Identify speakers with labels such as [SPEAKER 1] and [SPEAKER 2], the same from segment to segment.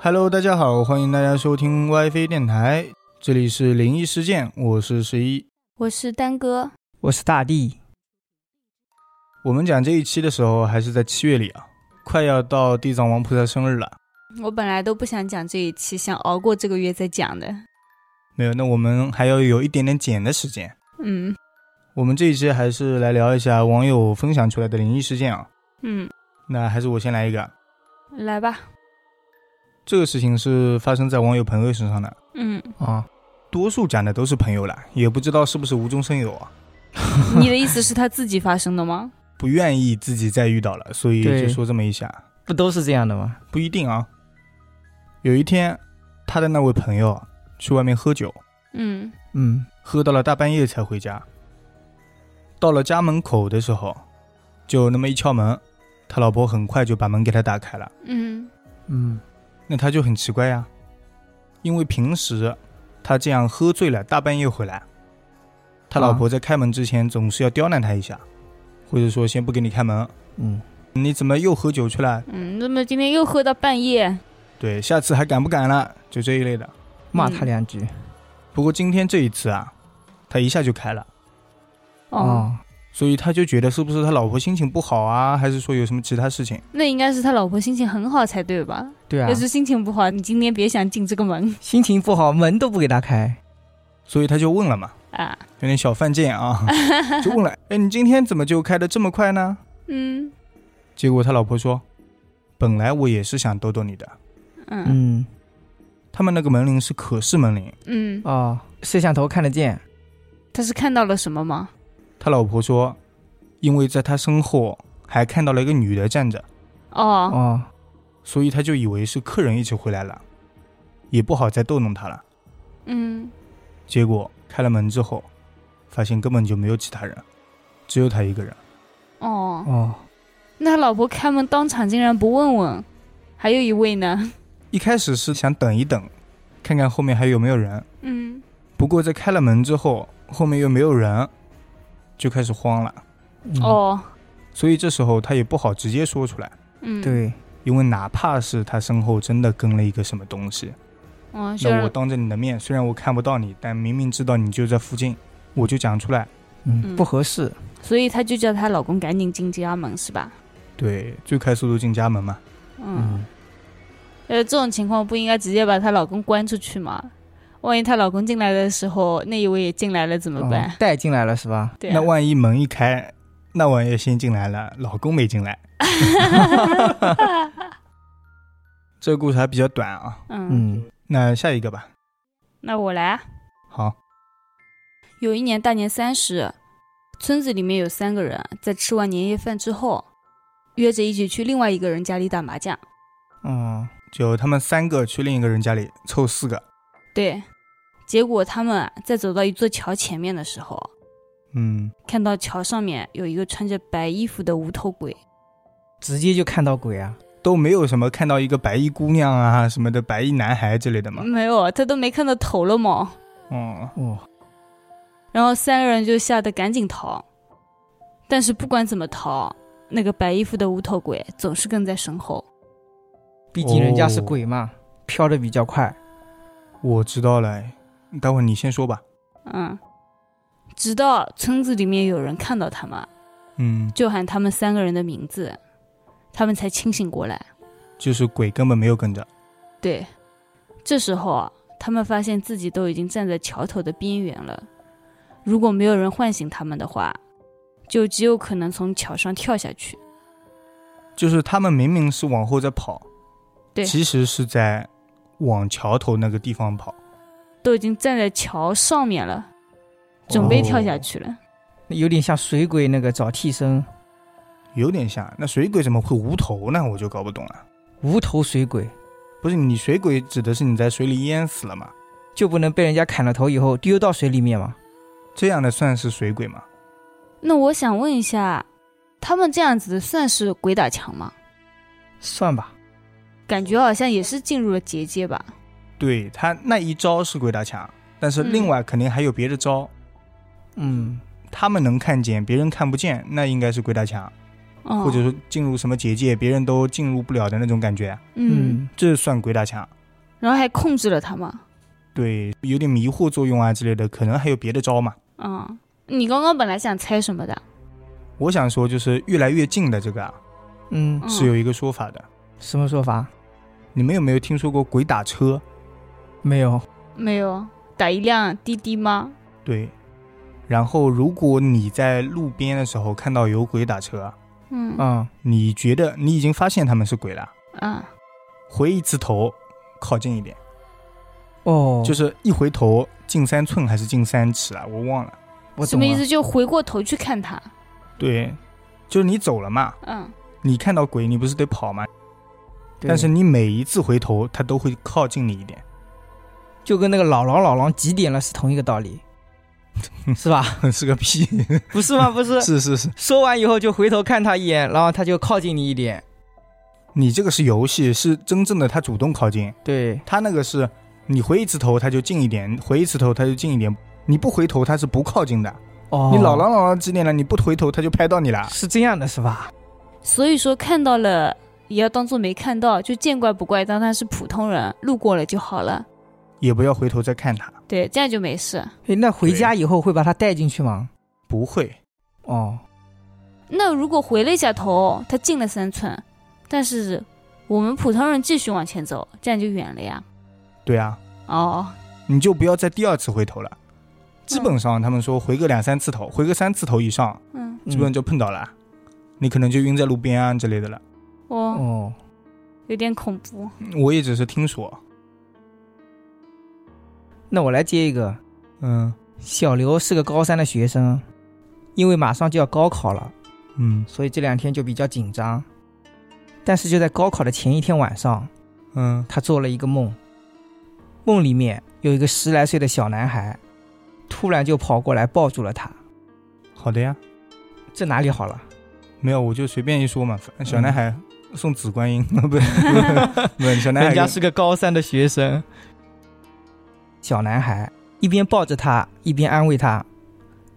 [SPEAKER 1] Hello，大家好，欢迎大家收听 WiFi 电台，这里是灵异事件，我是十一。
[SPEAKER 2] 我是丹哥，
[SPEAKER 3] 我是大地，
[SPEAKER 1] 我们讲这一期的时候还是在七月里啊，快要到地藏王菩萨生日了。
[SPEAKER 2] 我本来都不想讲这一期，想熬过这个月再讲的。
[SPEAKER 1] 没有，那我们还要有一点点剪的时间。
[SPEAKER 2] 嗯
[SPEAKER 1] 我们这一期还是来聊一下网友分享出来的灵异事件啊。
[SPEAKER 2] 嗯，
[SPEAKER 1] 那还是我先来一个啊，
[SPEAKER 2] 来吧。
[SPEAKER 1] 这个事情是发生在网友朋友身上的
[SPEAKER 2] 嗯，
[SPEAKER 3] 哦
[SPEAKER 1] 啊，多数讲的都是朋友了，也不知道是不是无中生有啊，
[SPEAKER 2] 你的意思是他自己发生的吗？
[SPEAKER 1] 不愿意自己再遇到了，所以
[SPEAKER 3] 对
[SPEAKER 1] 就说这么一下。
[SPEAKER 3] 不都是这样的吗？
[SPEAKER 1] 不一定啊。有一天，他的那位朋友去外面喝酒，
[SPEAKER 2] 嗯
[SPEAKER 3] 嗯，
[SPEAKER 1] 喝到了大半夜才回家。到了家门口的时候，就那么一敲门，他老婆很快就把门给他打开了。
[SPEAKER 2] 嗯
[SPEAKER 3] 嗯，
[SPEAKER 1] 那他就很奇怪呀、因为平时他这样喝醉了大半夜回来，他老婆在开门之前总是要刁难他一下，或者说先不给你开门，
[SPEAKER 3] 嗯，
[SPEAKER 1] 你怎么又喝酒去了？
[SPEAKER 2] 嗯，那么今天又喝到半夜。
[SPEAKER 1] 对，下次还敢不敢了？就这一类的。
[SPEAKER 3] 骂他
[SPEAKER 2] 嗯
[SPEAKER 3] 两句。
[SPEAKER 1] 不过今天这一次啊，他一下就开了，
[SPEAKER 2] 哦，，
[SPEAKER 1] 所以他就觉得是不是他老婆心情不好啊，还是说有什么其他事情？
[SPEAKER 2] 那应该是他老婆心情很好才对吧？
[SPEAKER 3] 对啊
[SPEAKER 2] 要，是心情不好，你今天别想进这个门
[SPEAKER 3] 心情不好，门都不给他开。
[SPEAKER 1] 所以他就问了嘛，
[SPEAKER 2] 啊。
[SPEAKER 1] 有点小犯贱啊，就问了，哎，你今天怎么就开的这么快呢？
[SPEAKER 2] 嗯
[SPEAKER 1] 结果他老婆说，本来我也是想逗逗你的。
[SPEAKER 2] 嗯
[SPEAKER 3] 嗯，
[SPEAKER 1] 他们那个门铃是可视门铃，
[SPEAKER 2] 嗯，
[SPEAKER 3] 哦，摄像头看得见。
[SPEAKER 2] 他是看到了什么吗？
[SPEAKER 1] 他老婆说，因为在他身后还看到了一个女的站着，
[SPEAKER 2] 哦，
[SPEAKER 3] 哦，
[SPEAKER 1] 所以他就以为是客人一起回来了，也不好再逗弄他了。
[SPEAKER 2] 嗯
[SPEAKER 1] 结果开了门之后，发现根本就没有其他人，只有他一个人。
[SPEAKER 2] 哦，
[SPEAKER 3] 哦，
[SPEAKER 2] 那他老婆开门当场竟然不问问，还有一位呢。
[SPEAKER 1] 一开始是想等一等，看看后面还有没有人。
[SPEAKER 2] 嗯
[SPEAKER 1] 不过在开了门之后，后面又没有人，就开始慌了。
[SPEAKER 3] 嗯，
[SPEAKER 2] 哦，
[SPEAKER 1] 所以这时候他也不好直接说出来，
[SPEAKER 2] 嗯，
[SPEAKER 3] 对，
[SPEAKER 1] 因为哪怕是他身后真的跟了一个什么东西，
[SPEAKER 2] 嗯，虽
[SPEAKER 1] 那我
[SPEAKER 2] 然
[SPEAKER 1] 当着你的面，虽然我看不到你，但明明知道你就在附近，我就讲出来。
[SPEAKER 3] 嗯，
[SPEAKER 2] 嗯
[SPEAKER 3] 不合适。
[SPEAKER 2] 所以她就叫她老公赶紧进家门，是吧？
[SPEAKER 1] 对，最快速度进家门嘛。
[SPEAKER 2] 嗯，，呃，这种情况不应该直接把她老公关出去吗？万一她老公进来的时候，那一位也进来了怎么
[SPEAKER 3] 哦
[SPEAKER 2] 办？
[SPEAKER 3] 带进来了是吧？
[SPEAKER 2] 对啊、
[SPEAKER 1] 那万一 门一开，那王爷先进来了，老公没进来。这个故事还比较短啊，
[SPEAKER 2] 嗯，
[SPEAKER 3] 嗯，
[SPEAKER 1] 那下一个吧。
[SPEAKER 2] 那我来啊。
[SPEAKER 1] 好，
[SPEAKER 2] 有一年大年三十，村子里面有三个人在吃完年夜饭之后，约着一起去另外一个人家里打麻将。
[SPEAKER 3] 哦，
[SPEAKER 1] 就他们三个去另一个人家里凑四个，
[SPEAKER 2] 对，结果他们啊在走到一座桥前面的时候，
[SPEAKER 1] 嗯，
[SPEAKER 2] 看到桥上面有一个穿着白衣服的无头鬼。
[SPEAKER 3] 直接就看到鬼啊！
[SPEAKER 1] 都没有什么看到一个白衣姑娘啊什么的白衣男孩之类的嘛。
[SPEAKER 2] 没有，啊他都没看到头了嘛。嗯
[SPEAKER 1] 哦，
[SPEAKER 3] 哦，
[SPEAKER 2] 然后三个人就吓得赶紧逃，但是不管怎么逃，那个白衣服的无头鬼总是跟在身后。
[SPEAKER 3] 毕竟人家是
[SPEAKER 1] 哦
[SPEAKER 3] 鬼嘛，飘的比较快。
[SPEAKER 1] 我知道了，待会儿你先说吧。
[SPEAKER 2] 嗯，直到村子里面有人看到他们，
[SPEAKER 1] 嗯，
[SPEAKER 2] 就喊他们三个人的名字，他们才清醒过来。
[SPEAKER 1] 就是鬼根本没有跟着。
[SPEAKER 2] 对，这时候啊，他们发现自己都已经站在桥头的边缘了，如果没有人唤醒他们的话，就极有可能从桥上跳下去。
[SPEAKER 1] 就是他们明明是往后在跑，
[SPEAKER 2] 对
[SPEAKER 1] 其实是在往桥头那个地方跑。
[SPEAKER 2] 都已经站在桥上面了，准备跳下
[SPEAKER 1] 哦
[SPEAKER 2] 去了。
[SPEAKER 3] 那有点像水鬼那个找替身，
[SPEAKER 1] 哦有点像。那水鬼怎么会无头呢？我就搞不懂了。
[SPEAKER 3] 无头水鬼。
[SPEAKER 1] 不是你水鬼指的是你在水里淹死了吗？
[SPEAKER 3] 就不能被人家砍了头以后丢到水里面嘛？
[SPEAKER 1] 这样的算是水鬼吗？
[SPEAKER 2] 那我想问一下，他们这样子算是鬼打墙吗？
[SPEAKER 3] 算吧，
[SPEAKER 2] 感觉好像也是进入了结界吧？
[SPEAKER 1] 对他那一招是鬼打墙，但是另外肯定还有别的招。
[SPEAKER 3] 嗯，
[SPEAKER 1] 他们能看见，别人看不见，那应该是鬼打墙，
[SPEAKER 2] 哦，
[SPEAKER 1] 或者说进入什么结界，别人都进入不了的那种感觉，
[SPEAKER 2] 嗯，
[SPEAKER 1] 这算鬼打墙。
[SPEAKER 2] 然后还控制了他嘛？
[SPEAKER 1] 对，有点迷惑作用啊之类的，可能还有别的招嘛。
[SPEAKER 2] 嗯，你刚刚本来想猜什么的？
[SPEAKER 1] 我想说，就是越来越近的这个啊，
[SPEAKER 3] 嗯
[SPEAKER 2] 嗯
[SPEAKER 1] 是有一个说法的。
[SPEAKER 3] 什么说法？
[SPEAKER 1] 你们有没有听说过鬼打车？
[SPEAKER 3] 没有，
[SPEAKER 2] 没有打一辆滴滴吗？
[SPEAKER 1] 对，然后如果你在路边的时候看到有鬼打车，
[SPEAKER 2] 嗯
[SPEAKER 1] 啊
[SPEAKER 3] 嗯，
[SPEAKER 1] 你觉得你已经发现他们是鬼了，
[SPEAKER 2] 啊
[SPEAKER 1] 回一次头，靠近一点，
[SPEAKER 3] 哦，
[SPEAKER 1] 就是是一回头近三寸还是近三尺啊？我忘了。
[SPEAKER 3] 我
[SPEAKER 2] 什
[SPEAKER 3] 懂
[SPEAKER 2] 么
[SPEAKER 3] 了
[SPEAKER 2] 意思？就回过头去看他。
[SPEAKER 1] 对，就是你走了嘛，
[SPEAKER 2] 嗯，
[SPEAKER 1] 你看到鬼，你不是得跑吗？
[SPEAKER 3] 对
[SPEAKER 1] 但是你每一次回头，他都会靠近你一点。
[SPEAKER 3] 就跟那个姥姥姥姥几点了是同一个道理，是吧？
[SPEAKER 1] 是个屁！
[SPEAKER 3] 不是吗？不是，
[SPEAKER 1] 是是是，
[SPEAKER 3] 说完以后就回头看他一眼，然后他就靠近你一点。
[SPEAKER 1] 你这个是游戏，是真正的他主动靠近，
[SPEAKER 3] 对，
[SPEAKER 1] 他那个是你回一次头他就近一点，回一次头他就近一点，你不回头他是不靠近的。
[SPEAKER 3] 哦，
[SPEAKER 1] 你姥姥姥姥几点了？你不回头他就拍到你了。
[SPEAKER 3] 是这样的，是吧？
[SPEAKER 2] 所以说看到了也要当做没看到，就见怪不怪，当他是普通人，路过了就好了。
[SPEAKER 1] 也不要回头再看他，
[SPEAKER 2] 对，这样就没事。
[SPEAKER 3] 诶哎那回家以后会把他带进去吗？
[SPEAKER 1] 不会。
[SPEAKER 3] 哦，
[SPEAKER 2] 那如果回了一下头，他近了三寸，但是我们普通人继续往前走，这样就远了呀。
[SPEAKER 1] 对啊，
[SPEAKER 2] 哦，
[SPEAKER 1] 你就不要再第二次回头了。基本上他们说回个两三次头，回个三次头以上，
[SPEAKER 2] 嗯，
[SPEAKER 1] 基本上就碰到了，你可能就晕在路边啊之类的了。
[SPEAKER 2] 哦，
[SPEAKER 3] 嗯哦，
[SPEAKER 2] 有点恐怖。
[SPEAKER 1] 我也只是听说，
[SPEAKER 3] 那我来接一个。
[SPEAKER 1] 嗯
[SPEAKER 3] 小刘是个高三的学生，因为马上就要高考了，
[SPEAKER 1] 嗯
[SPEAKER 3] 所以这两天就比较紧张。但是就在高考的前一天晚上，
[SPEAKER 1] 嗯
[SPEAKER 3] 他做了一个梦，梦里面有一个十来岁的小男孩，突然就跑过来抱住了他。
[SPEAKER 1] 好的呀。
[SPEAKER 3] 这哪里好了？
[SPEAKER 1] 没有，我就随便一说嘛。反正小男孩送子观音， 不是不是小男孩
[SPEAKER 3] 嗯人家是个高三的学生。小男孩一边抱着他，一边安慰他，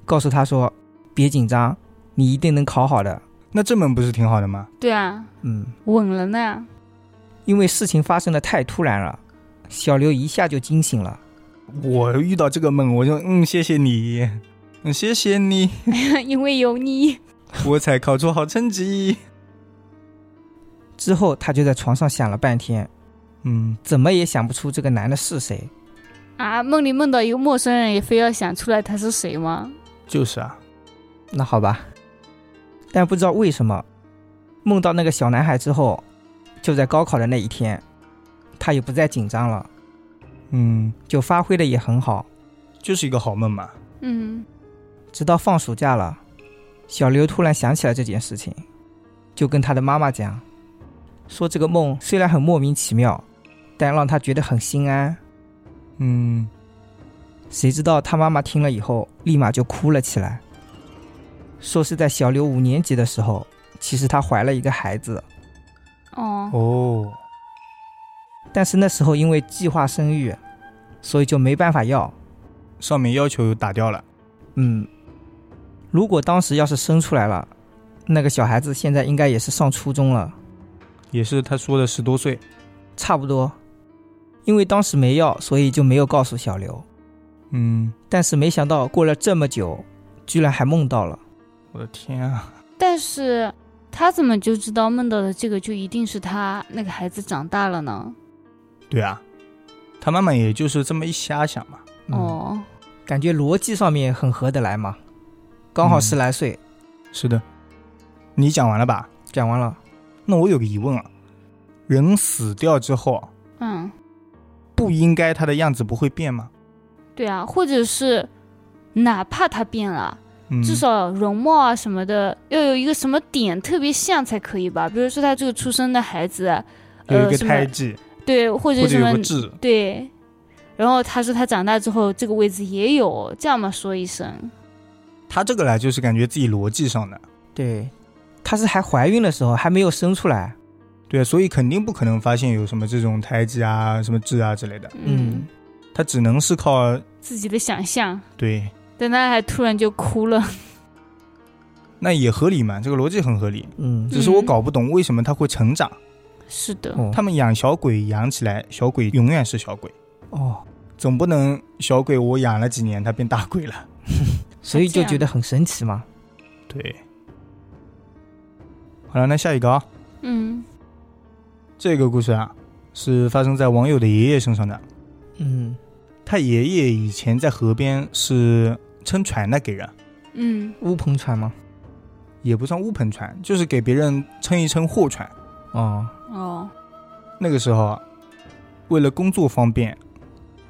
[SPEAKER 3] 告诉他说：“别紧张，你一定能考好的。
[SPEAKER 1] 那这门不是挺好的吗？
[SPEAKER 2] 对啊，”
[SPEAKER 3] 嗯，
[SPEAKER 2] 稳了呢。
[SPEAKER 3] 因为事情发生的太突然了，小刘一下就惊醒了。
[SPEAKER 1] 我遇到这个梦，我就嗯，谢谢你，嗯，谢谢你，
[SPEAKER 2] 因为有你，
[SPEAKER 1] 我才考出好成 绩。
[SPEAKER 3] 之后，他就在床上想了半天，
[SPEAKER 1] 嗯，
[SPEAKER 3] 怎么也想不出这个男的是谁。
[SPEAKER 2] 啊，梦里梦到一个陌生人，也非要想出来他是谁吗？
[SPEAKER 1] 就是啊，
[SPEAKER 3] 那好吧，但不知道为什么，梦到那个小男孩之后，就在高考的那一天，他也不再紧张了，
[SPEAKER 1] 嗯，
[SPEAKER 3] 就发挥的也很好。
[SPEAKER 1] 就是一个好梦嘛。
[SPEAKER 2] 嗯，
[SPEAKER 3] 直到放暑假了，小刘突然想起了这件事情，就跟他的妈妈讲，说这个梦虽然很莫名其妙，但让他觉得很心安。
[SPEAKER 1] 嗯，
[SPEAKER 3] 谁知道他妈妈听了以后，立马就哭了起来，说是在小刘五年级的时候，其实她怀了一个孩子，
[SPEAKER 2] 哦，
[SPEAKER 1] 哦，
[SPEAKER 3] 但是那时候因为计划生育，所以就没办法要。
[SPEAKER 1] 上面要求打掉了。
[SPEAKER 3] 嗯，如果当时要是生出来了，那个小孩子现在应该也是上初中了，
[SPEAKER 1] 也是他说的十多岁，
[SPEAKER 3] 差不多。因为当时没要，所以就没有告诉小刘。
[SPEAKER 1] 嗯，
[SPEAKER 3] 但是没想到过了这么久，居然还梦到了。
[SPEAKER 1] 我的天啊，
[SPEAKER 2] 但是他怎么就知道梦到的这个就一定是他那个孩子长大了呢？
[SPEAKER 1] 对啊，他妈妈也就是这么一瞎想嘛，
[SPEAKER 3] 嗯、，
[SPEAKER 2] 哦，
[SPEAKER 3] 感觉逻辑上面很合得来嘛，刚好
[SPEAKER 1] 嗯
[SPEAKER 3] 十来岁。
[SPEAKER 1] 是的，你讲完了吧？
[SPEAKER 3] 讲完了，
[SPEAKER 1] 那我有个疑问啊，人死掉之后，
[SPEAKER 2] 嗯，
[SPEAKER 1] 不应该他的样子不会变吗？
[SPEAKER 2] 对啊，或者是哪怕他变了，
[SPEAKER 1] 嗯，
[SPEAKER 2] 至少容貌啊什么的要有一个什么点特别像才可以吧？比如说他这个出生的孩子，
[SPEAKER 1] 有一
[SPEAKER 2] 呃，
[SPEAKER 1] 个
[SPEAKER 2] 什么
[SPEAKER 1] 胎记、
[SPEAKER 2] 对，或者
[SPEAKER 1] 或者
[SPEAKER 2] 什
[SPEAKER 1] 有
[SPEAKER 2] 么
[SPEAKER 1] 个痣，
[SPEAKER 2] 对，然后他说他长大之后这个位置也有，这样嘛说一声。
[SPEAKER 1] 他这个来就是感觉自己逻辑上的，
[SPEAKER 3] 对，她是还怀孕的时候还没有生出来，
[SPEAKER 1] 对啊，所以肯定不可能发现有什么这种胎记啊、什么痣啊之类的，
[SPEAKER 3] 嗯，
[SPEAKER 1] 他只能是靠
[SPEAKER 2] 自己的想象。
[SPEAKER 1] 对，
[SPEAKER 2] 但他还突然就哭了，
[SPEAKER 1] 那也合理嘛，这个逻辑很合理。
[SPEAKER 3] 嗯，
[SPEAKER 1] 只是我搞不懂为什么它会成长。
[SPEAKER 2] 是的，
[SPEAKER 3] 哦
[SPEAKER 1] 他们养小鬼养起来，小鬼永远是小鬼，
[SPEAKER 3] 哦，
[SPEAKER 1] 总不能小鬼我养了几年它变大鬼了。
[SPEAKER 3] 所以就
[SPEAKER 2] 这样
[SPEAKER 3] 觉得很神奇嘛。
[SPEAKER 1] 对，好了，那下一个啊，
[SPEAKER 2] 嗯，
[SPEAKER 1] 这个故事啊是发生在网友的爷爷身上的。
[SPEAKER 3] 嗯，
[SPEAKER 1] 他爷爷以前在河边是撑船的，给人
[SPEAKER 2] 嗯，
[SPEAKER 3] 乌篷船吗？
[SPEAKER 1] 也不算乌篷船，就是给别人撑一撑货船。
[SPEAKER 3] 哦，
[SPEAKER 2] 哦，
[SPEAKER 1] 那个时候啊，为了工作方便，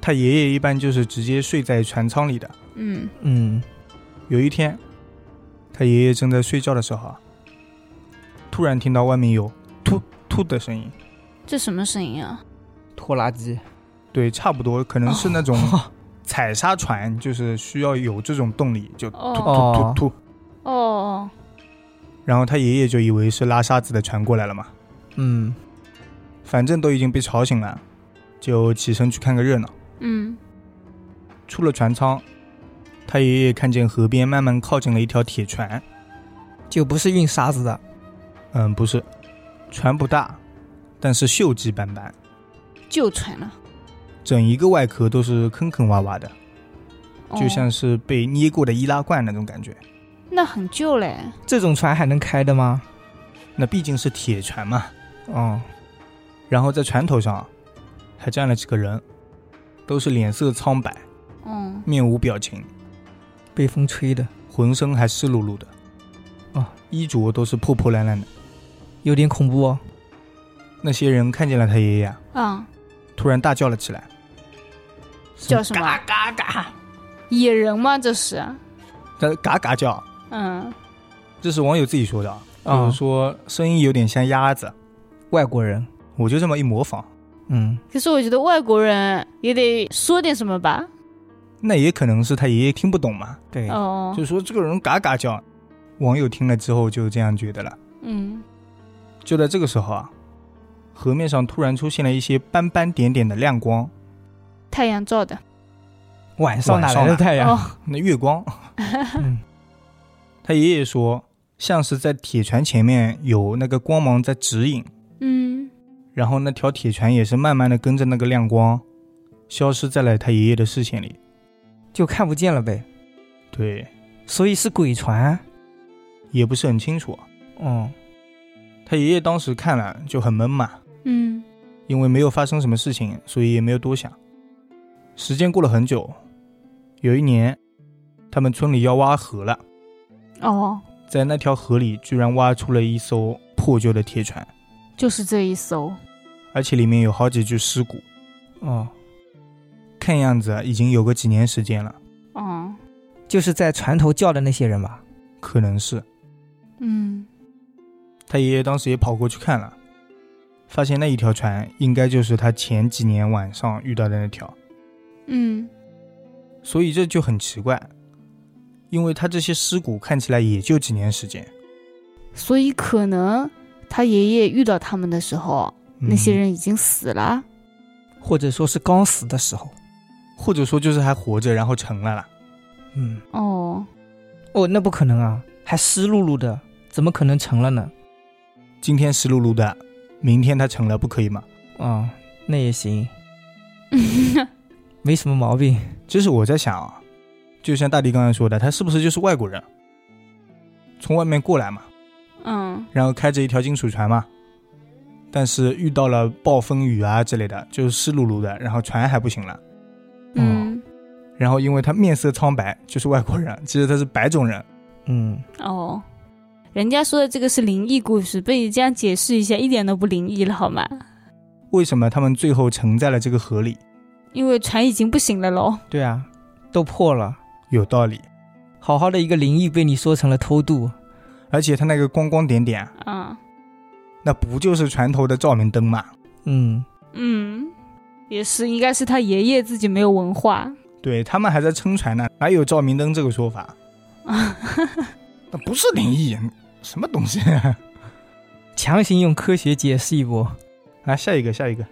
[SPEAKER 1] 他爷爷一般就是直接睡在船舱里的。
[SPEAKER 2] 嗯，
[SPEAKER 3] 嗯，
[SPEAKER 1] 有一天，他爷爷正在睡觉的时候啊，突然听到外面有突突的声音，
[SPEAKER 2] 这什么声音啊？
[SPEAKER 3] 拖拉机。
[SPEAKER 1] 对，差不多可能是那种
[SPEAKER 3] 哦
[SPEAKER 1] 采砂船，就是需要有这种动力，就突
[SPEAKER 2] 哦
[SPEAKER 1] 突
[SPEAKER 3] 哦
[SPEAKER 1] 突突。
[SPEAKER 2] 哦，
[SPEAKER 1] 然后他爷爷就以为是拉沙子的船过来了嘛，
[SPEAKER 3] 嗯，
[SPEAKER 1] 反正都已经被吵醒了，就起身去看个热闹。
[SPEAKER 2] 嗯
[SPEAKER 1] 出了船舱，他爷爷看见河边慢慢靠近了一条铁船，
[SPEAKER 3] 就不是运沙子的。
[SPEAKER 1] 嗯，不是，船不大，但是锈迹斑斑，
[SPEAKER 2] 旧啊船了，
[SPEAKER 1] 整一个外壳都是坑坑洼洼的，
[SPEAKER 2] 哦
[SPEAKER 1] 就像是被捏过的易拉罐那种感觉。
[SPEAKER 2] 那很旧嘞，
[SPEAKER 3] 这种船还能开的吗？
[SPEAKER 1] 那毕竟是铁船嘛。
[SPEAKER 3] 哦，
[SPEAKER 1] 然后在船头上啊还站了几个人，都是脸色苍白，
[SPEAKER 2] 嗯，
[SPEAKER 1] 面无表情，
[SPEAKER 3] 被风吹的，
[SPEAKER 1] 浑身还湿漉漉的，
[SPEAKER 3] 哦，
[SPEAKER 1] 衣着都是破破烂烂的。
[SPEAKER 3] 有点恐怖哦。
[SPEAKER 1] 那些人看见了他爷爷啊，
[SPEAKER 2] 啊，
[SPEAKER 1] 突然大叫了起来。
[SPEAKER 2] 叫什么？嘎嘎嘎，野人吗？这是，
[SPEAKER 1] 他嘎嘎叫，
[SPEAKER 2] 嗯，
[SPEAKER 1] 这是网友自己说的啊，
[SPEAKER 3] 啊
[SPEAKER 1] 就是说声音有点像鸭子，
[SPEAKER 3] 外国人，
[SPEAKER 1] 我就这么一模仿，
[SPEAKER 3] 嗯，
[SPEAKER 2] 可是我觉得外国人也得说点什么吧，
[SPEAKER 1] 那也可能是他爷爷听不懂嘛，
[SPEAKER 3] 对，
[SPEAKER 2] 哦，
[SPEAKER 1] 就说这个人嘎嘎叫，网友听了之后就这样觉得了。
[SPEAKER 2] 嗯，
[SPEAKER 1] 就在这个时候啊，河面上突然出现了一些斑斑点点的亮光，
[SPEAKER 2] 太阳照的，
[SPEAKER 3] 晚上哪
[SPEAKER 1] 晚上
[SPEAKER 3] 来的
[SPEAKER 1] 哪
[SPEAKER 3] 太阳？
[SPEAKER 2] 哦，
[SPEAKER 1] 那月光。
[SPEAKER 3] 嗯，
[SPEAKER 1] 他爷爷说，像是在铁船前面有那个光芒在指引，
[SPEAKER 2] 嗯，
[SPEAKER 1] 然后那条铁船也是慢慢的跟着那个亮光，消失在了他爷爷的视线里。
[SPEAKER 3] 就看不见了呗。
[SPEAKER 1] 对，
[SPEAKER 3] 所以是鬼船。
[SPEAKER 1] 也不是很清楚啊。
[SPEAKER 3] 哦，
[SPEAKER 1] 他爷爷当时看了就很闷嘛，
[SPEAKER 2] 嗯，
[SPEAKER 1] 因为没有发生什么事情，所以也没有多想。时间过了很久，有一年，他们村里要挖河了，
[SPEAKER 2] 哦，
[SPEAKER 1] 在那条河里居然挖出了一艘破旧的铁船，
[SPEAKER 2] 就是这一艘，
[SPEAKER 1] 而且里面有好几具尸骨，
[SPEAKER 3] 哦，
[SPEAKER 1] 看样子已经有个几年时间了，
[SPEAKER 2] 哦，
[SPEAKER 3] 就是在船头叫的那些人吧？
[SPEAKER 1] 可能是。
[SPEAKER 2] 嗯，
[SPEAKER 1] 他爷爷当时也跑过去看了，发现那一条船应该就是他前几年晚上遇到的那条，
[SPEAKER 2] 嗯，
[SPEAKER 1] 所以这就很奇怪，因为他这些尸骨看起来也就几年时间。
[SPEAKER 2] 所以可能他爷爷遇到他们的时候，
[SPEAKER 1] 嗯
[SPEAKER 2] 那些人已经死了。
[SPEAKER 3] 或者说是刚死的时候？
[SPEAKER 1] 或者说就是还活着，然后成了啦。
[SPEAKER 3] 嗯，
[SPEAKER 2] 哦，
[SPEAKER 3] 哦，那不可能啊，还湿漉漉的，怎么可能成了呢？
[SPEAKER 1] 今天湿漉漉的，明天他成了，不可以吗？
[SPEAKER 3] 哦，那也行，
[SPEAKER 2] 嗯
[SPEAKER 3] 没什么毛病。
[SPEAKER 1] 这是我在想啊，就像大地刚才说的，他是不是就是外国人，从外面过来嘛，
[SPEAKER 2] 嗯，
[SPEAKER 1] 然后开着一条金属船嘛，但是遇到了暴风雨啊之类的，就是湿漉漉的，然后船还不行了，
[SPEAKER 2] 嗯，
[SPEAKER 1] 然后因为他面色苍白，就是外国人， 其实他是白种人，
[SPEAKER 3] 嗯，
[SPEAKER 2] 哦，人家说的这个是灵异故事，被你这样解释一下，一点都不灵异了，好吗？
[SPEAKER 1] 为什么他们最后沉在了这个河里？
[SPEAKER 2] 因为船已经不行了喽。
[SPEAKER 3] 对啊，都破了，
[SPEAKER 1] 有道理，
[SPEAKER 3] 好好的一个灵异被你说成了偷渡。
[SPEAKER 1] 而且他那个光光点点啊，
[SPEAKER 2] 嗯
[SPEAKER 1] 那不就是船头的照明灯嘛？
[SPEAKER 3] 嗯，
[SPEAKER 2] 嗯，也是，应该是他爷爷自己没有文化。
[SPEAKER 1] 对他们还在撑船呢，哪有照明灯这个说法？那不是灵异，什么东西、啊？
[SPEAKER 3] 强行用科学解释一波。
[SPEAKER 1] 来下一个，下一个。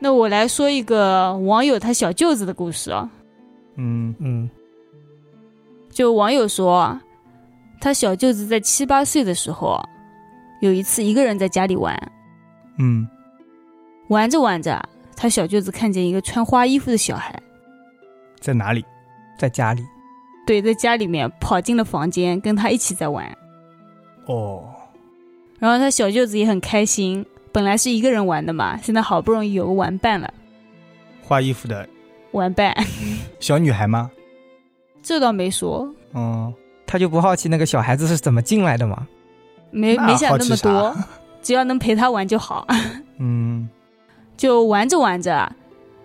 [SPEAKER 2] 那我来说一个网友他小舅子的故事啊。
[SPEAKER 1] 嗯，
[SPEAKER 3] 嗯，
[SPEAKER 2] 就网友说啊，他小舅子在七八岁的时候，有一次一个人在家里玩，
[SPEAKER 1] 嗯，
[SPEAKER 2] 玩着玩着，他小舅子看见一个穿花衣服的小孩，
[SPEAKER 1] 在哪里？
[SPEAKER 3] 在家里，
[SPEAKER 2] 对，在家里面跑进了房间，跟他一起在玩。
[SPEAKER 1] 哦，
[SPEAKER 2] 然后他小舅子也很开心，本来是一个人玩的嘛，现在好不容易有个玩伴了，
[SPEAKER 1] 花衣服的
[SPEAKER 2] 玩伴
[SPEAKER 1] 小女孩吗？
[SPEAKER 2] 这倒没说，
[SPEAKER 1] 嗯，
[SPEAKER 3] 他就不好奇那个小孩子是怎么进来的嘛？
[SPEAKER 2] 没
[SPEAKER 1] 那
[SPEAKER 2] 没想
[SPEAKER 1] 好
[SPEAKER 2] 那
[SPEAKER 1] 奇
[SPEAKER 2] 么
[SPEAKER 1] 啥
[SPEAKER 2] 多，只要能陪他玩就好。
[SPEAKER 1] 嗯，
[SPEAKER 2] 就玩着玩着，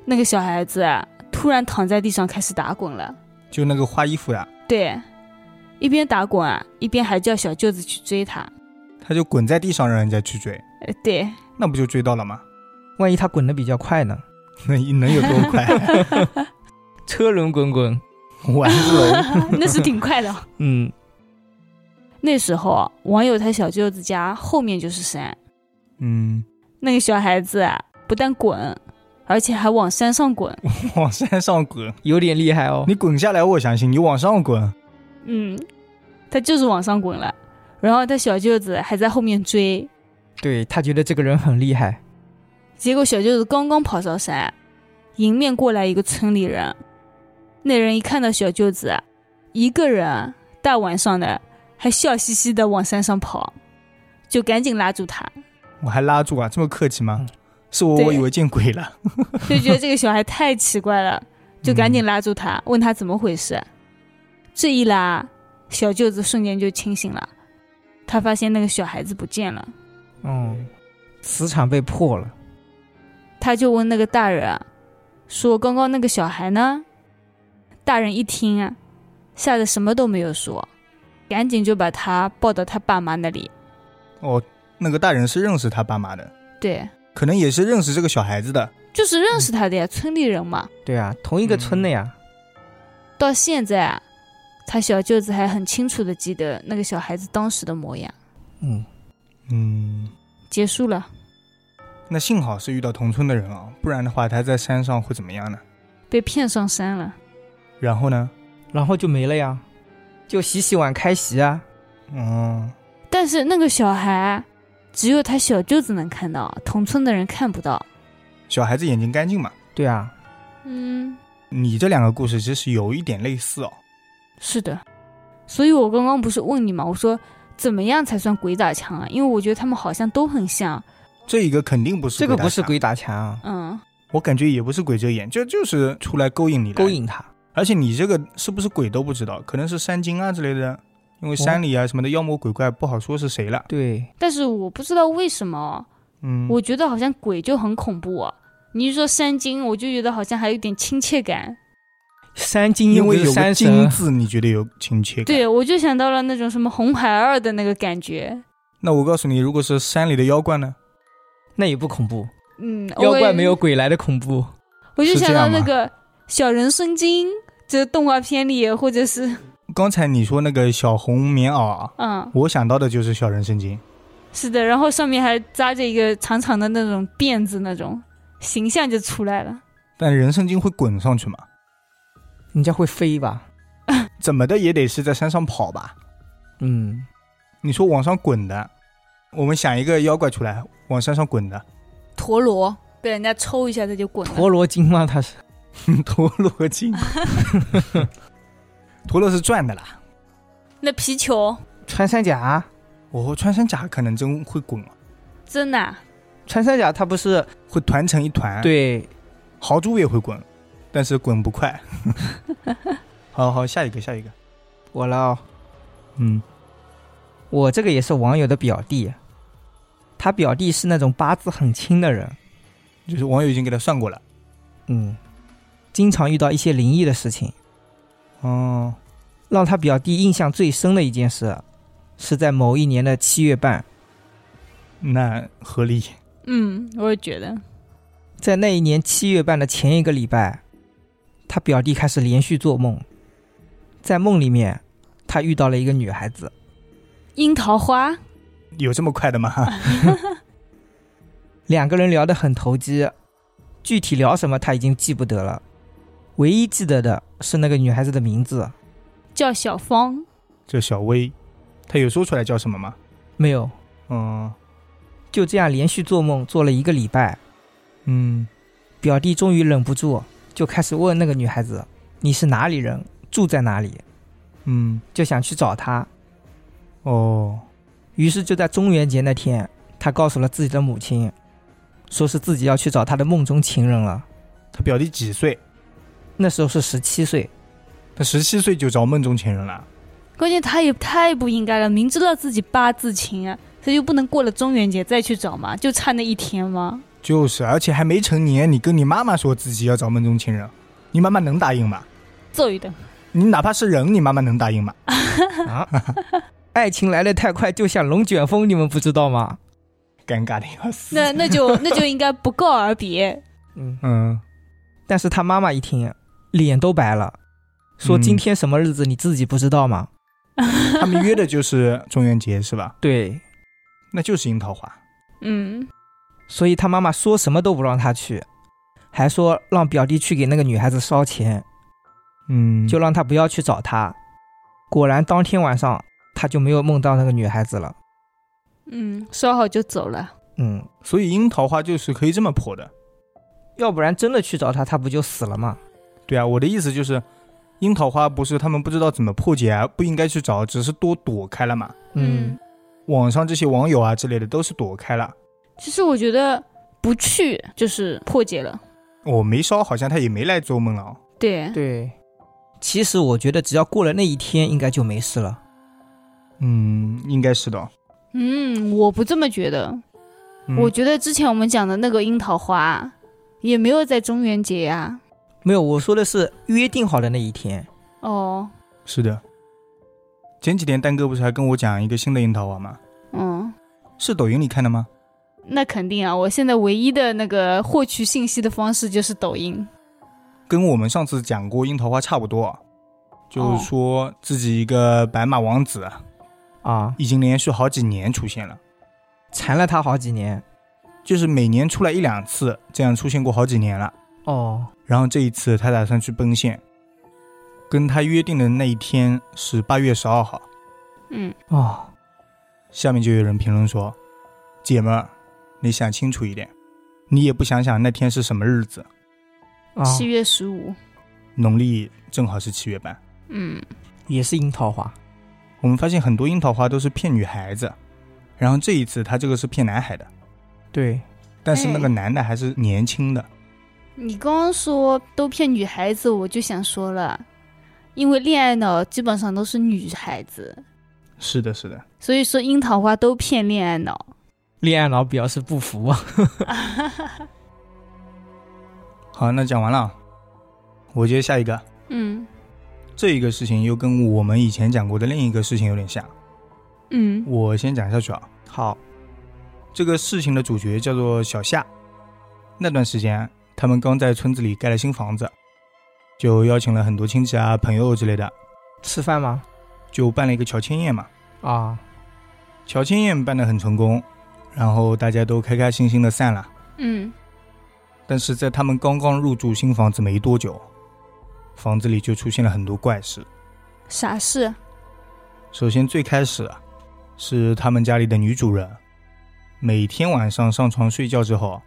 [SPEAKER 2] 那个小孩子啊突然躺在地上开始打滚了。
[SPEAKER 1] 就那个花衣服呀、
[SPEAKER 2] 对，一边打滚啊，一边还叫小舅子去追他。
[SPEAKER 1] 她就滚在地上让人家去追，
[SPEAKER 2] 呃，对，
[SPEAKER 1] 那不就追到了吗？
[SPEAKER 3] 万一他滚得比较快呢？
[SPEAKER 1] 那能有多快？
[SPEAKER 3] 车轮滚滚。
[SPEAKER 1] 玩不拢。
[SPEAKER 2] 那是挺快的。哦
[SPEAKER 3] 嗯，
[SPEAKER 2] 那时候啊网友他小舅子家后面就是山，
[SPEAKER 1] 嗯，
[SPEAKER 2] 那个小孩子啊不但滚，而且还往山上滚。
[SPEAKER 1] 往山上滚，
[SPEAKER 3] 有点厉害哦。
[SPEAKER 1] 你滚下来我相信，你往上滚，
[SPEAKER 2] 嗯，他就是往上滚了。然后他小舅子还在后面追，
[SPEAKER 3] 对他觉得这个人很厉害，
[SPEAKER 2] 结果小舅子刚刚跑上山，迎面过来一个村里人。那人一看到小舅子，啊一个人大晚上的还笑嘻嘻的往山上跑，就赶紧拉住他，
[SPEAKER 1] 我还拉住啊，这么客气吗
[SPEAKER 3] 嗯？
[SPEAKER 1] 是我，
[SPEAKER 2] 对
[SPEAKER 1] 我以为见鬼了。
[SPEAKER 2] 就觉得这个小孩太奇怪了，就赶
[SPEAKER 1] 嗯
[SPEAKER 2] 紧拉住他，问他怎么回事。这一拉，小舅子瞬间就清醒了，他发现那个小孩子不见了，
[SPEAKER 3] 嗯，磁场被破了。
[SPEAKER 2] 他就问那个大人，啊说刚刚那个小孩呢？大人一听啊，吓得什么都没有说，赶紧就把他抱到他爸妈那里。
[SPEAKER 1] 哦，那个大人是认识他爸妈的，
[SPEAKER 2] 对，
[SPEAKER 1] 可能也是认识这个小孩子的。
[SPEAKER 2] 就是认识他的呀，村里人嘛。
[SPEAKER 3] 对啊，同一个村的呀。
[SPEAKER 2] 到现在啊，他小舅子还很清楚的记得那个小孩子当时的模样。
[SPEAKER 3] 嗯，
[SPEAKER 1] 嗯，
[SPEAKER 2] 结束了，
[SPEAKER 1] 那幸好是遇到同村的人啊，不然的话他在山上会怎么样呢？
[SPEAKER 2] 被骗上山了。
[SPEAKER 1] 然后呢？
[SPEAKER 3] 然后就没了呀，就洗洗碗开席啊。
[SPEAKER 1] 嗯，
[SPEAKER 2] 但是那个小孩，只有他小舅子能看到，同村的人看不到。
[SPEAKER 1] 小孩子眼睛干净嘛。
[SPEAKER 3] 对啊，
[SPEAKER 2] 嗯，
[SPEAKER 1] 你这两个故事其实有一点类似哦。
[SPEAKER 2] 是的，所以我刚刚不是问你嘛，我说怎么样才算鬼打墙啊？因为我觉得他们好像都很像，
[SPEAKER 1] 这一个肯定不是
[SPEAKER 3] 这个不是
[SPEAKER 1] 打墙
[SPEAKER 3] 鬼打墙啊，
[SPEAKER 2] 嗯，
[SPEAKER 1] 我感觉也不是鬼遮眼，就就是出来勾引你来
[SPEAKER 3] 勾。引他。
[SPEAKER 1] 而且你这个是不是鬼都不知道，可能是山精啊之类的，因为山里啊什么的妖魔鬼怪不好说是谁了。
[SPEAKER 3] 对，
[SPEAKER 2] 但是我不知道为什么，
[SPEAKER 1] 嗯，
[SPEAKER 2] 我觉得好像鬼就很恐怖啊。你一说山精，我就觉得好像还有点亲切感。
[SPEAKER 3] 山精又
[SPEAKER 1] 因
[SPEAKER 3] 不
[SPEAKER 1] 为
[SPEAKER 3] 是
[SPEAKER 1] 有个“
[SPEAKER 3] 山
[SPEAKER 1] 精”
[SPEAKER 3] 神，
[SPEAKER 1] 字，你觉得有亲切感？。
[SPEAKER 2] 对，我就想到了那种什么红孩儿的那个感觉。
[SPEAKER 1] 那我告诉你，如果是山里的妖怪呢？
[SPEAKER 3] 那也不恐怖。
[SPEAKER 2] 嗯，
[SPEAKER 3] 妖
[SPEAKER 2] 我也
[SPEAKER 3] 怪没有鬼来的恐怖。
[SPEAKER 2] 我就是
[SPEAKER 1] 这
[SPEAKER 2] 想到
[SPEAKER 1] 样
[SPEAKER 2] 那
[SPEAKER 1] 吗
[SPEAKER 2] 个小人生精，这动画片里或者是
[SPEAKER 1] 刚才你说那个小红棉袄啊，
[SPEAKER 2] 嗯，
[SPEAKER 1] 我想到的就是小人圣经。
[SPEAKER 2] 是的，然后上面还扎着一个长长的那种辫子，那种形象就出来了。
[SPEAKER 1] 但人圣经会滚上去吗？
[SPEAKER 3] 人家会飞吧？
[SPEAKER 1] 怎么的也得是在山上跑吧？
[SPEAKER 3] 嗯，
[SPEAKER 1] 你说往上滚的，我们想一个妖怪出来往山上滚的，
[SPEAKER 2] 陀螺被人家抽一下，它就滚了。
[SPEAKER 3] 陀螺精吗？他是
[SPEAKER 1] 陀螺精， 陀螺是转的啦。
[SPEAKER 2] 那皮球
[SPEAKER 3] 穿山甲，
[SPEAKER 1] 哦，穿山甲可能真会滚啊，
[SPEAKER 2] 真的啊、
[SPEAKER 3] 穿山甲它不是
[SPEAKER 1] 会团成一团。，
[SPEAKER 3] 对
[SPEAKER 1] 豪猪也会滚，但是滚不快。 好好，下一个，下一个。
[SPEAKER 3] 我了哦。
[SPEAKER 1] 嗯，
[SPEAKER 3] 我这个也是网友的表弟，他表弟是那种八字很轻的人，
[SPEAKER 1] 就是网友已经给他算过了。
[SPEAKER 3] 嗯，经常遇到一些灵异的事情。
[SPEAKER 1] 哦，
[SPEAKER 3] 让他表弟印象最深的一件事，是在某一年的七月半，
[SPEAKER 1] 那合理。
[SPEAKER 2] 嗯，我也觉得。
[SPEAKER 3] 在那一年七月半的前一个礼拜，他表弟开始连续做梦，在梦里面，他遇到了一个女孩子，
[SPEAKER 2] 樱 桃花，
[SPEAKER 1] 有这么快的吗？
[SPEAKER 3] 两个人聊得很投机，具体聊什么他已经记不得了，唯一记得的是那个女孩子的名字，
[SPEAKER 2] 叫小芳，
[SPEAKER 1] 这小薇，她有说出来叫什么吗？
[SPEAKER 3] 没有，
[SPEAKER 1] 嗯
[SPEAKER 3] 就这样连续做梦做了一个礼拜，
[SPEAKER 1] 嗯，
[SPEAKER 3] 表弟终于忍不住，就开始问那个女孩子：“你是哪里人？住在哪里
[SPEAKER 1] 嗯，？”
[SPEAKER 3] 就想去找她。
[SPEAKER 1] 哦，
[SPEAKER 3] 于是就在中元节那天，他告诉了自己的母亲，说是自己要去找他的梦中情人了。
[SPEAKER 1] 他表弟几岁？
[SPEAKER 3] 那时候是十七岁，
[SPEAKER 1] 他十七岁就找梦中情人了。
[SPEAKER 2] 关键他也太不应该了，明知道自己八字情啊，他就不能过了中元节再去找吗？就差那一天吗？
[SPEAKER 1] 就是，而且还没成年，你跟你妈妈说自己要找梦中情人，你妈妈能答应吗？
[SPEAKER 2] 揍一顿！
[SPEAKER 1] 你哪怕是人，你妈妈能答应吗？
[SPEAKER 3] 啊，爱情来得太快，就像龙卷风，你们不知道吗？
[SPEAKER 1] 尴尬的要死。
[SPEAKER 2] 那那就那就应该不告而别。
[SPEAKER 3] 嗯，
[SPEAKER 1] 嗯，
[SPEAKER 3] 但是他妈妈一听，脸都白了，说
[SPEAKER 1] 嗯
[SPEAKER 3] 今天什么日子你自己不知道吗？
[SPEAKER 1] 他们约的就是中元节是吧？
[SPEAKER 3] 对，
[SPEAKER 1] 那就是樱桃花。
[SPEAKER 2] 嗯，
[SPEAKER 3] 所以他妈妈说什么都不让他去，还说让表弟去给那个女孩子烧钱，
[SPEAKER 1] 嗯，
[SPEAKER 3] 就让他不要去找她。果然，当天晚上他就没有梦到那个女孩子了。
[SPEAKER 2] 嗯，烧好就走了。
[SPEAKER 3] 嗯，
[SPEAKER 1] 所以樱桃花就是可以这么破的。
[SPEAKER 3] 要不然真的去找她，她不就死了吗？
[SPEAKER 1] 对啊，我的意思就是，樱桃花不是他们不知道怎么破解啊，不应该去找，只是多躲开了嘛。
[SPEAKER 3] 嗯，
[SPEAKER 1] 网上这些网友啊之类的都是躲开了。
[SPEAKER 2] 其实我觉得不去就是破解了。
[SPEAKER 1] 我、没烧，好像他也没来做梦了、哦。
[SPEAKER 2] 对，
[SPEAKER 3] 对。其实我觉得，只要过了那一天，应该就没事了。
[SPEAKER 1] 嗯，应该是的哦。
[SPEAKER 2] 嗯，我不这么觉得。
[SPEAKER 1] 嗯
[SPEAKER 2] 我觉得之前我们讲的那个樱桃花，也没有在中元节呀、
[SPEAKER 3] 没有，我说的是约定好的那一天。
[SPEAKER 2] 哦，
[SPEAKER 1] 是的。前几天丹哥不是还跟我讲一个新的樱桃花吗？
[SPEAKER 2] 嗯，
[SPEAKER 1] 是抖音里看的吗？
[SPEAKER 2] 那肯定啊！我现在唯一的那个获取信息的方式就是抖音。
[SPEAKER 1] 跟我们上次讲过樱桃花差不多啊，就是说自己一个白马王子啊
[SPEAKER 3] 啊，
[SPEAKER 1] 已经连续好几年出现了，
[SPEAKER 3] 缠了她好几年。
[SPEAKER 1] 就是每年出来一两次，这样出现过好几年了。
[SPEAKER 3] 哦，
[SPEAKER 1] 然后这一次他打算去奔现，跟他约定的那一天是八月十二号。
[SPEAKER 2] 嗯，
[SPEAKER 3] 哦，
[SPEAKER 1] 下面就有人评论说：“姐们儿，你想清楚一点，你也不想想那天是什么日子，
[SPEAKER 3] 啊，
[SPEAKER 2] 七月十五。
[SPEAKER 1] 农历正好是七月半。
[SPEAKER 2] 嗯，
[SPEAKER 3] 也是樱桃花。”
[SPEAKER 1] 我们发现很多樱桃花都是骗女孩子，然后这一次他这个是骗男孩的，
[SPEAKER 3] 对，
[SPEAKER 1] 但是那个
[SPEAKER 2] 哎
[SPEAKER 1] 男的还是年轻的。
[SPEAKER 2] 你刚刚说都骗女孩子，我就想说了，因为恋爱脑基本上都是女孩子，
[SPEAKER 1] 是的，是的，
[SPEAKER 2] 所以说樱桃花都骗恋爱脑。
[SPEAKER 3] 恋爱脑表示不服啊。
[SPEAKER 1] 好，那讲完了啊，我接下一个。
[SPEAKER 2] 嗯
[SPEAKER 1] 这一个事情又跟我们以前讲过的另一个事情有点像，
[SPEAKER 2] 嗯
[SPEAKER 1] 我先讲下去啊。
[SPEAKER 3] 好，
[SPEAKER 1] 这个事情的主角叫做小夏。那段时间，他们刚在村子里盖了新房子，就邀请了很多亲戚啊、朋友之类的，
[SPEAKER 3] 吃饭吗？
[SPEAKER 1] 就办了一个乔迁宴嘛。
[SPEAKER 3] 啊，
[SPEAKER 1] 乔迁宴办得很成功，然后大家都开开心心的散了。
[SPEAKER 2] 嗯，
[SPEAKER 1] 但是在他们刚刚入住新房子没多久，房子里就出现了很多怪事。
[SPEAKER 2] 啥事？
[SPEAKER 1] 首先，最开始是他们家里的女主人，每天晚上上床睡觉之后，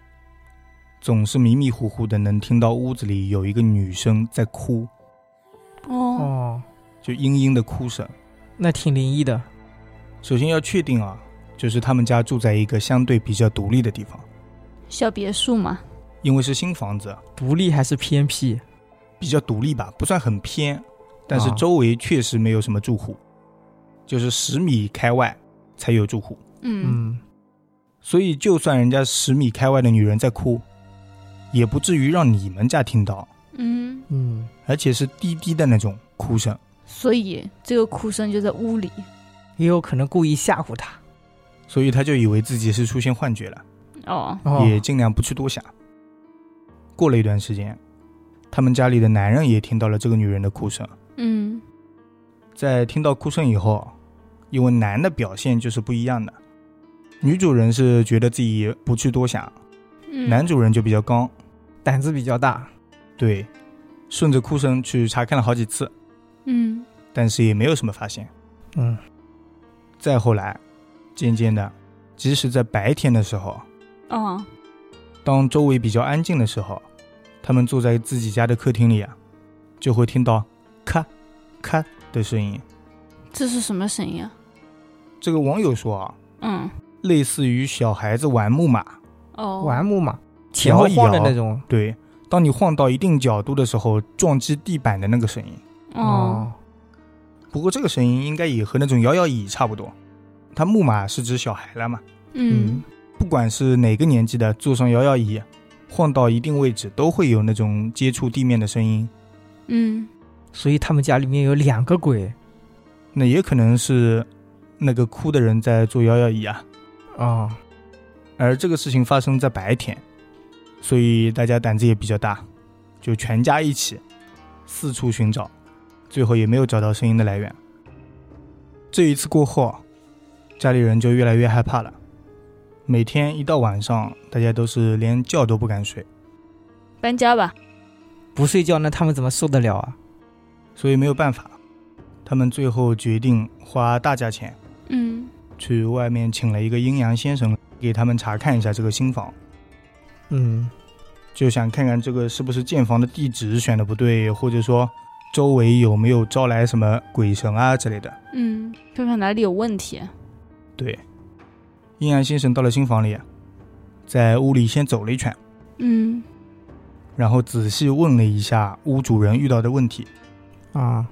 [SPEAKER 1] 总是迷迷糊糊的能听到屋子里有一个女生在哭，
[SPEAKER 2] 哦，
[SPEAKER 3] 哦，
[SPEAKER 1] 就嘤嘤的哭声。
[SPEAKER 3] 那挺灵异的。
[SPEAKER 1] 首先要确定啊，就是他们家住在一个相对比较独立的地方，
[SPEAKER 2] 小别墅嘛。
[SPEAKER 1] 因为是新房子，
[SPEAKER 3] 独立还是偏僻？
[SPEAKER 1] 比较独立吧，不算很偏，但是
[SPEAKER 3] 啊
[SPEAKER 1] 周围确实没有什么住户，就是十米开外才有住户。
[SPEAKER 2] 嗯，
[SPEAKER 1] 所以，就算人家十米开外的女人在哭，也不至于让你们家听到，
[SPEAKER 2] 嗯，
[SPEAKER 3] 嗯，
[SPEAKER 1] 而且是低低的那种哭声。
[SPEAKER 2] 所以这个哭声就在屋里。
[SPEAKER 3] 也有可能故意吓唬他。
[SPEAKER 1] 所以他就以为自己是出现幻觉了，
[SPEAKER 2] 哦，
[SPEAKER 3] 哦
[SPEAKER 1] 也尽量不去多想。过了一段时间，他们家里的男人也听到了这个女人的哭声。
[SPEAKER 2] 嗯
[SPEAKER 1] 在听到哭声以后，因为男的表现就是不一样的，女主人是觉得自己不去多想，
[SPEAKER 2] 嗯，
[SPEAKER 1] 男主人就比较刚，
[SPEAKER 3] 胆子比较大，
[SPEAKER 1] 对，顺着哭声去查看了好几次，
[SPEAKER 2] 嗯
[SPEAKER 1] 但是也没有什么发现。
[SPEAKER 3] 嗯，
[SPEAKER 1] 再后来，渐渐的，即使在白天的时候，
[SPEAKER 2] 哦
[SPEAKER 1] 当周围比较安静的时候，他们坐在自己家的客厅里啊，就会听到咔咔的声音。
[SPEAKER 2] 这是什么声音啊？
[SPEAKER 1] 这个网友说啊，
[SPEAKER 2] 嗯
[SPEAKER 1] 类似于小孩子玩木马，
[SPEAKER 2] 哦，
[SPEAKER 3] 玩木马，前后晃的那种，
[SPEAKER 1] 对，当你晃到一定角度的时候，撞击地板的那个声音。
[SPEAKER 3] 嗯
[SPEAKER 2] 哦，
[SPEAKER 1] 不过这个声音应该也和那种摇摇椅差不多。它木马是指小孩了嘛？
[SPEAKER 2] 嗯，
[SPEAKER 1] 不管是哪个年纪的，坐上摇摇椅，晃到一定位置，都会有那种接触地面的声音。
[SPEAKER 2] 嗯
[SPEAKER 3] 所以他们家里面有两个鬼
[SPEAKER 1] 那也可能是那个哭的人在坐摇摇椅啊。
[SPEAKER 3] 哦，
[SPEAKER 1] 而这个事情发生在白天，所以大家胆子也比较大，就全家一起四处寻找，最后也没有找到声音的来源。这一次过后，家里人就越来越害怕了，每天一到晚上，大家都是连觉都不敢睡，
[SPEAKER 2] 搬家吧。
[SPEAKER 3] 不睡觉那他们怎么受得了啊？
[SPEAKER 1] 所以没有办法，他们最后决定花大价钱
[SPEAKER 2] 嗯
[SPEAKER 1] 去外面请了一个阴阳先生给他们查看一下这个新房。
[SPEAKER 3] 嗯，
[SPEAKER 1] 就想看看这个是不是建房的地址选的不对，或者说周围有没有招来什么鬼神啊之类的。
[SPEAKER 2] 嗯，看看哪里有问题。
[SPEAKER 1] 对，阴阳先生到了新房里，啊在屋里先走了一圈，
[SPEAKER 2] 嗯
[SPEAKER 1] 然后仔细问了一下屋主人遇到的问题，
[SPEAKER 3] 啊，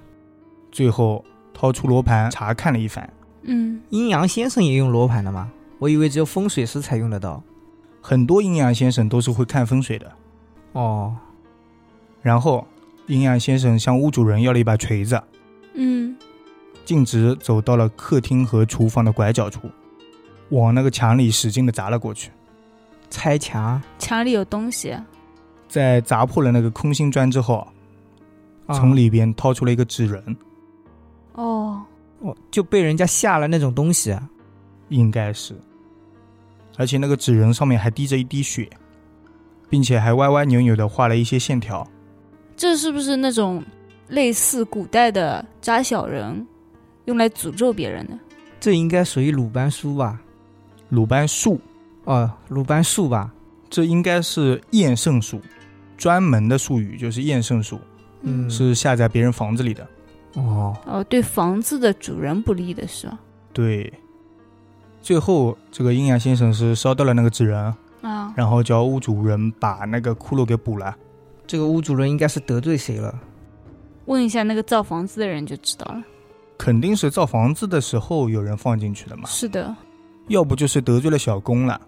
[SPEAKER 1] 最后掏出罗盘查看了一番，
[SPEAKER 2] 嗯
[SPEAKER 3] 阴阳先生也用罗盘的吗？我以为只有风水师才用得到。
[SPEAKER 1] 很多阴阳先生都是会看风水的。
[SPEAKER 3] 哦，
[SPEAKER 1] 然后，阴阳先生向屋主人要了一把锤子，
[SPEAKER 2] 嗯
[SPEAKER 1] 径直走到了客厅和厨房的拐角处，往那个墙里使劲的砸了过去。
[SPEAKER 3] 拆墙，
[SPEAKER 2] 墙里有东西。
[SPEAKER 1] 在砸破了那个空心砖之后，
[SPEAKER 3] 啊
[SPEAKER 1] 从里边掏出了一个纸人，
[SPEAKER 2] 哦，
[SPEAKER 3] 哦就被人家吓了那种东西啊。
[SPEAKER 1] 应该是，而且那个纸人上面还滴着一滴血，并且还歪歪扭扭的画了一些线条。
[SPEAKER 2] 这是不是那种类似古代的扎小人，用来诅咒别人的？
[SPEAKER 3] 这应该属于鲁班书吧？
[SPEAKER 1] 鲁班术，
[SPEAKER 3] 哦，鲁班术吧？
[SPEAKER 1] 这应该是厌胜术，专门的术语就是厌胜术，
[SPEAKER 3] 嗯
[SPEAKER 1] 是下在别人房子里的。
[SPEAKER 3] 哦，
[SPEAKER 2] 哦，对房子的主人不利的是吧？
[SPEAKER 1] 对，最后这个阴阳先生是烧掉了那个纸人，
[SPEAKER 2] 啊，
[SPEAKER 1] 然后叫屋主人把那个窟窿给补了。
[SPEAKER 3] 这个屋主人应该是得罪谁了？
[SPEAKER 2] 问一下那个造房子的人就知道了。
[SPEAKER 1] 肯定是造房子的时候有人放进去的嘛。
[SPEAKER 2] 是的，
[SPEAKER 1] 要不就是得罪了小公了，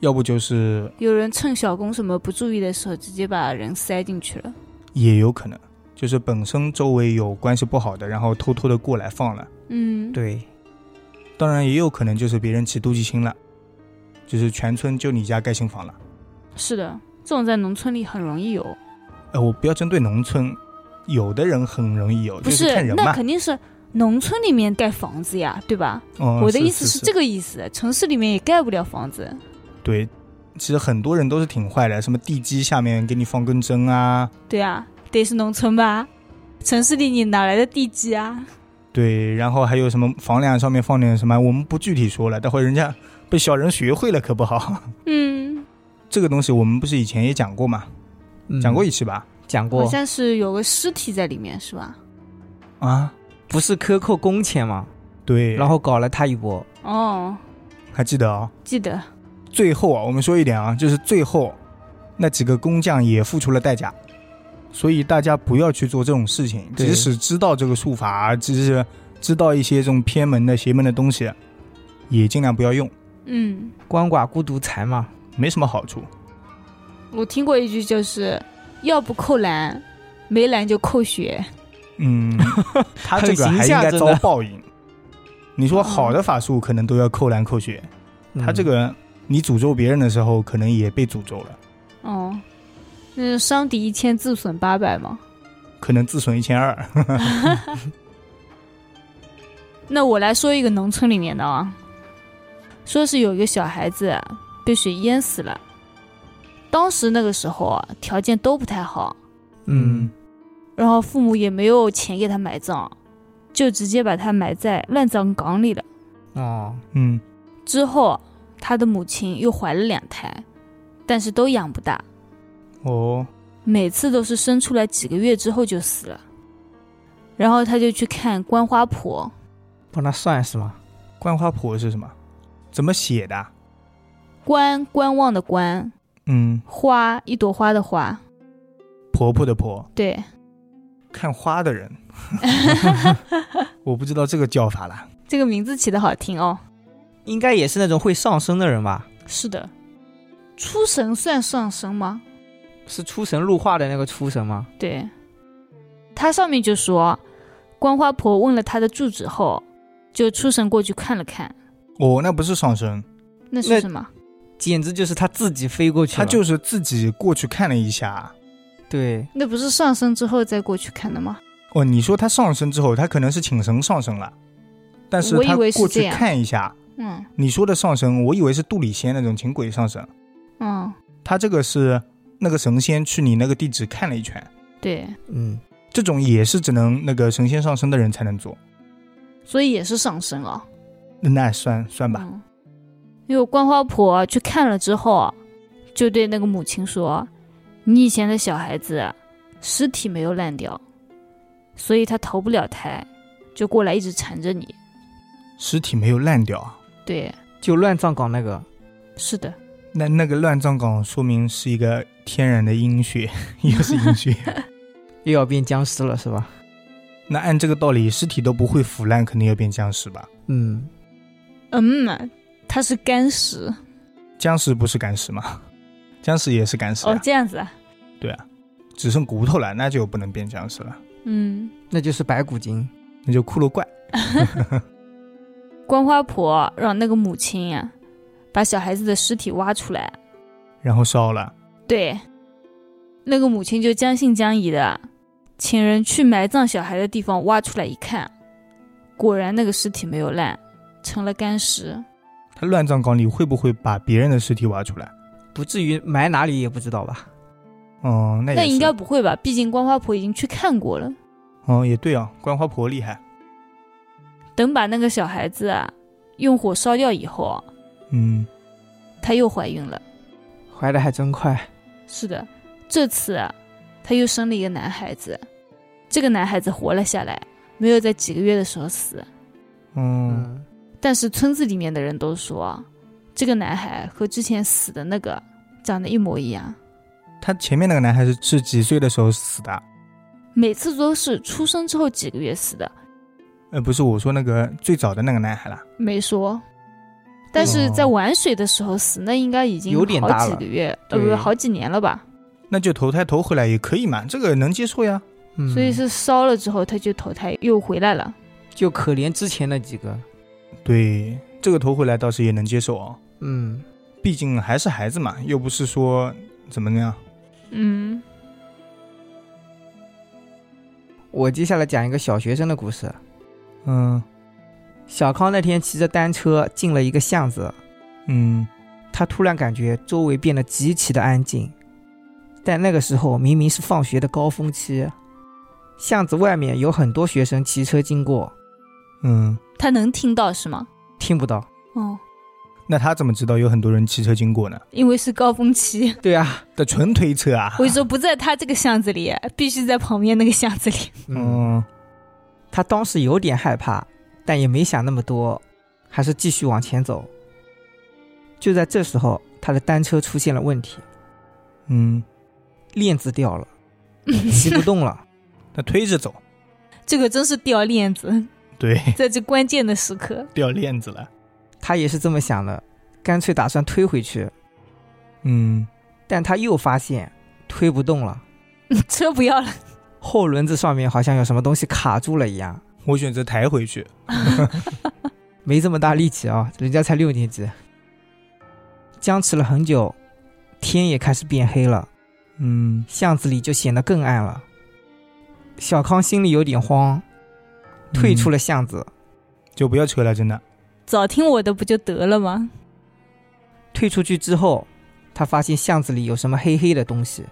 [SPEAKER 1] 要不就是
[SPEAKER 2] 有人趁小工什么不注意的时候，直接把人塞进去了。
[SPEAKER 1] 也有可能就是本身周围有关系不好的，然后偷偷的过来放了。
[SPEAKER 2] 嗯，
[SPEAKER 3] 对，
[SPEAKER 1] 当然也有可能就是别人起妒忌心了，就是全村就你家盖新房了。
[SPEAKER 2] 是的，这种在农村里很容易有。
[SPEAKER 1] 呃，我不要针对农村，有的人很容易有，
[SPEAKER 2] 不
[SPEAKER 1] 就是看人
[SPEAKER 2] 那
[SPEAKER 1] 嘛。
[SPEAKER 2] 肯定是农村里面盖房子呀，对吧？
[SPEAKER 1] 嗯，
[SPEAKER 2] 我的
[SPEAKER 1] 是
[SPEAKER 2] 意思
[SPEAKER 1] 是
[SPEAKER 2] 是这个意思，城市里面也盖不了房子。
[SPEAKER 1] 对，其实很多人都是挺坏的，什么地基下面给你放根针啊，
[SPEAKER 2] 对啊，得是农村吧？城市里你哪来的地基 啊？
[SPEAKER 1] 对，然后还有什么房梁上面放点什么，我们不具体说了，待会儿人家 被小人学会了可不好。
[SPEAKER 2] 嗯，
[SPEAKER 1] 这个东西我们不是以前也讲过嘛，
[SPEAKER 3] 嗯
[SPEAKER 1] 讲过一期吧？
[SPEAKER 3] 讲
[SPEAKER 2] 好
[SPEAKER 3] 过，
[SPEAKER 2] 像是有个尸体在里面是吧？
[SPEAKER 1] 啊，
[SPEAKER 3] 不是克扣工钱嘛，
[SPEAKER 1] 对，
[SPEAKER 3] 然后搞了他一波。
[SPEAKER 2] 哦，
[SPEAKER 1] 还记得啊、
[SPEAKER 2] 记得，
[SPEAKER 1] 最后啊，我们说一点啊，就是最后那几个工匠也付出了代价，所以大家不要去做这种事情，
[SPEAKER 3] 对
[SPEAKER 1] 即使知道这个术法，啊即使知道一些这种偏门的邪门的东西，也尽量不要用，
[SPEAKER 2] 嗯，
[SPEAKER 3] 鳏寡孤独财嘛，
[SPEAKER 1] 没什么好处。
[SPEAKER 2] 我听过一句，就是要不扣篮，没篮就扣血。
[SPEAKER 1] 嗯， 他这个
[SPEAKER 3] 很形
[SPEAKER 1] 还应
[SPEAKER 3] 象
[SPEAKER 1] 该
[SPEAKER 3] 真
[SPEAKER 1] 遭
[SPEAKER 3] 的
[SPEAKER 1] 报应。你说好的法术可能都要扣篮扣血，他
[SPEAKER 3] 嗯
[SPEAKER 1] 这个你诅咒别人的时候，可能也被诅咒了。
[SPEAKER 2] 哦，是伤敌一千，自损八百嘛。
[SPEAKER 1] 可能自损一千二。
[SPEAKER 2] 那我来说一个农村里面的啊，说是有一个小孩子啊被水淹死了。当时那个时候啊，条件都不太好，
[SPEAKER 1] 嗯，
[SPEAKER 2] 然后父母也没有钱给他埋葬，就直接把他埋在乱葬岗里了。
[SPEAKER 3] 哦，
[SPEAKER 1] 嗯，
[SPEAKER 2] 之后，他的母亲又怀了两胎，但是都养不大，
[SPEAKER 1] 哦，
[SPEAKER 2] 每次都是生出来几个月之后就死了。然后他就去看观花婆，
[SPEAKER 3] 帮他算是吗？
[SPEAKER 1] 观花婆是什么？怎么写的啊？
[SPEAKER 2] 观观望的观，
[SPEAKER 1] 嗯，
[SPEAKER 2] 花一朵花的花，
[SPEAKER 1] 婆婆的婆，
[SPEAKER 2] 对，
[SPEAKER 1] 看花的人。我不知道这个叫法啦。
[SPEAKER 2] 这个名字起的好听哦。
[SPEAKER 3] 应该也是那种会上升的人吧？
[SPEAKER 2] 是的，出神算上升吗？
[SPEAKER 3] 是出神入化的那个出神吗？
[SPEAKER 2] 对，他上面就说，观花婆问了他的住址后，就出神过去看了看，
[SPEAKER 1] 哦，那不是上身，
[SPEAKER 2] 那
[SPEAKER 3] 那
[SPEAKER 2] 是什么？
[SPEAKER 3] 简直就是他自己飞过去了。
[SPEAKER 1] 他就是自己过去看了一下。
[SPEAKER 3] 对，
[SPEAKER 2] 那不是上升之后再过去看的吗？
[SPEAKER 1] 哦，你说他上身之后，他可能是请神上身了，但是
[SPEAKER 2] 我以
[SPEAKER 1] 他
[SPEAKER 2] 为是
[SPEAKER 1] 过
[SPEAKER 2] 这
[SPEAKER 1] 去
[SPEAKER 2] 样
[SPEAKER 1] 看一下。
[SPEAKER 2] 嗯
[SPEAKER 1] 你说的上身，我以为是杜里仙那种请鬼上身，
[SPEAKER 2] 嗯，
[SPEAKER 1] 他这个是那个神仙去你那个地址看了一圈，
[SPEAKER 2] 对，
[SPEAKER 3] 嗯，
[SPEAKER 1] 这种也是只能那个神仙上身的人才能做，
[SPEAKER 2] 所以也是上升了，
[SPEAKER 1] 那算算吧。
[SPEAKER 2] 嗯，因为观花婆去看了之后，就对那个母亲说：“你以前的小孩子尸体没有烂掉，所以他投不了胎，就过来一直缠着你。
[SPEAKER 1] 尸体没有烂掉啊，”
[SPEAKER 2] 对，
[SPEAKER 3] 就乱葬岗那个，
[SPEAKER 2] 是的，
[SPEAKER 1] 那那个乱葬岗说明是一个天然的阴血， 又是阴血。
[SPEAKER 3] 又要变僵尸了是吧？
[SPEAKER 1] 那按这个道理，尸体都不会腐烂，肯定要变僵尸吧？
[SPEAKER 3] 嗯，
[SPEAKER 2] 嗯，他是干尸
[SPEAKER 1] 僵尸不是干尸吗？僵尸也是干尸、啊，
[SPEAKER 2] 哦，这样子啊，
[SPEAKER 1] 对啊，只剩骨头了，那就不能变僵尸了，
[SPEAKER 2] 嗯，
[SPEAKER 3] 那就是白骨精。
[SPEAKER 1] 那就骷髅怪。
[SPEAKER 2] 观花婆让那个母亲呀、把小孩子的尸体挖出来，
[SPEAKER 1] 然后烧了，
[SPEAKER 2] 对，那个母亲就将信将疑的，请人去埋葬小孩的地方挖出来一看，果然那个尸体没有烂，成了干尸。
[SPEAKER 1] 他乱葬岗里会不会把别人的尸体挖出来？
[SPEAKER 3] 不至于埋哪里也不知道吧？
[SPEAKER 1] 哦，那也
[SPEAKER 2] 那
[SPEAKER 1] 是
[SPEAKER 2] 应该不会吧？毕竟观花婆已经去看过了。
[SPEAKER 1] 哦，也对啊，观花婆厉害。
[SPEAKER 2] 等把那个小孩子啊用火烧掉以后，
[SPEAKER 1] 嗯，
[SPEAKER 2] 她又怀孕了。
[SPEAKER 3] 怀的还真快。
[SPEAKER 2] 是的，这次啊，她又生了一个男孩子，这个男孩子活了下来，没有在几个月的时候死。
[SPEAKER 1] 嗯，
[SPEAKER 3] 嗯，
[SPEAKER 2] 但是村子里面的人都说，这个男孩和之前死的那个长得一模一样，
[SPEAKER 1] 他前面那个男孩是是几岁的时候死的？
[SPEAKER 2] 每次都是出生之后几个月死的，
[SPEAKER 1] 呃，不是，我说那个最早的那个男孩啦。
[SPEAKER 2] 没说。但是在玩水的时候死，那应该已经
[SPEAKER 3] 哦有点大
[SPEAKER 2] 好几
[SPEAKER 3] 了
[SPEAKER 2] 个月，呃，
[SPEAKER 3] 对
[SPEAKER 2] 不是好几年了吧？
[SPEAKER 1] 那就投胎投回来也可以嘛，这个能接受呀。
[SPEAKER 3] 嗯
[SPEAKER 2] 所以是烧了之后他就投胎又回来了。
[SPEAKER 3] 就可怜之前那几个。
[SPEAKER 1] 对，这个投回来倒是也能接受哦，
[SPEAKER 3] 嗯，
[SPEAKER 1] 毕竟还是孩子嘛，又不是说怎么样。
[SPEAKER 2] 嗯，
[SPEAKER 3] 我接下来讲一个小学生的故事。
[SPEAKER 1] 嗯
[SPEAKER 3] 小康那天骑着单车进了一个巷子，
[SPEAKER 1] 嗯，
[SPEAKER 3] 他突然感觉周围变得极其的安静，但那个时候明明是放学的高峰期，巷子外面有很多学生骑车经过，
[SPEAKER 1] 嗯，
[SPEAKER 2] 他能听到是吗？
[SPEAKER 3] 听不到。
[SPEAKER 2] 哦，
[SPEAKER 1] 那他怎么知道有很多人骑车经过呢？
[SPEAKER 2] 因为是高峰 期，
[SPEAKER 3] 对啊，
[SPEAKER 1] 这纯推测啊。
[SPEAKER 2] 我就说不在他这个巷子里，必须在旁边那个巷子里。
[SPEAKER 3] 嗯，
[SPEAKER 1] 嗯，
[SPEAKER 3] 他当时有点害怕，但也没想那么多，还是继续往前走。就在这时候，他的单车出现了问题，
[SPEAKER 1] 嗯，
[SPEAKER 3] 链子掉 了，骑不动了。
[SPEAKER 1] 那推着走，
[SPEAKER 2] 这个真是掉链子，
[SPEAKER 1] 对，
[SPEAKER 2] 在这关键的时刻。
[SPEAKER 1] 掉链子了。
[SPEAKER 3] 他也是这么想的，干脆打算推回去，
[SPEAKER 1] 嗯，
[SPEAKER 3] 但他又发现推不动了。
[SPEAKER 2] 车不要了，
[SPEAKER 3] 后轮子上面好像有什么东西卡住了一样，
[SPEAKER 1] 我选择抬回去。
[SPEAKER 3] 没这么大力气啊，人家才六年级。僵持了很久，天也开始变黑了，
[SPEAKER 1] 嗯，
[SPEAKER 3] 巷子里就显得更暗了。小康心里有点慌，退出
[SPEAKER 1] 了，
[SPEAKER 3] 了巷子。
[SPEAKER 1] 就不要扯了，真的。
[SPEAKER 2] 早听我的不就得了吗？
[SPEAKER 3] 退出去之后，他发现巷子里有什么黑黑的东西，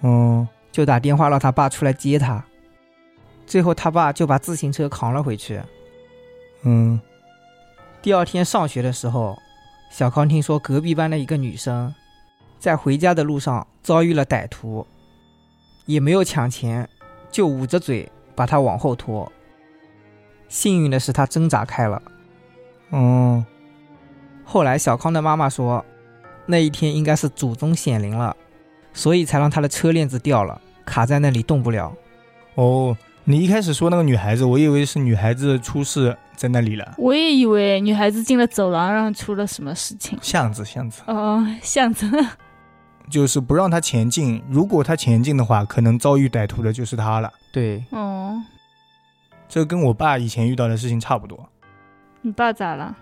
[SPEAKER 1] 哦，
[SPEAKER 3] 就打电话让他爸出来接他。最后他爸就把自行车扛了回去。
[SPEAKER 1] 嗯，
[SPEAKER 3] 第二天上学的时候，小康听说隔壁班的一个女生，在回家的路上遭遇了歹徒，也没有抢钱，就捂着嘴把她往后拖。幸运的是，她挣扎开了。
[SPEAKER 1] 哦，
[SPEAKER 3] 后来，小康的妈妈说，那一天应该是祖宗显灵了，所以才让他的车链子掉了，卡在那里动不了。
[SPEAKER 1] 哦，你一开始说那个女孩子，我以为是女孩子出事在那里了，
[SPEAKER 2] 我也以为女孩子进了走廊，让出了什么事情。
[SPEAKER 1] 巷子，巷子，
[SPEAKER 2] 哦，巷子，
[SPEAKER 1] 就是不让她前进。如果她前进的话，可能遭遇歹徒的就是她了。
[SPEAKER 3] 对，
[SPEAKER 2] 哦，
[SPEAKER 1] 这跟我爸以前遇到的事情差不多，
[SPEAKER 2] 你爸咋了？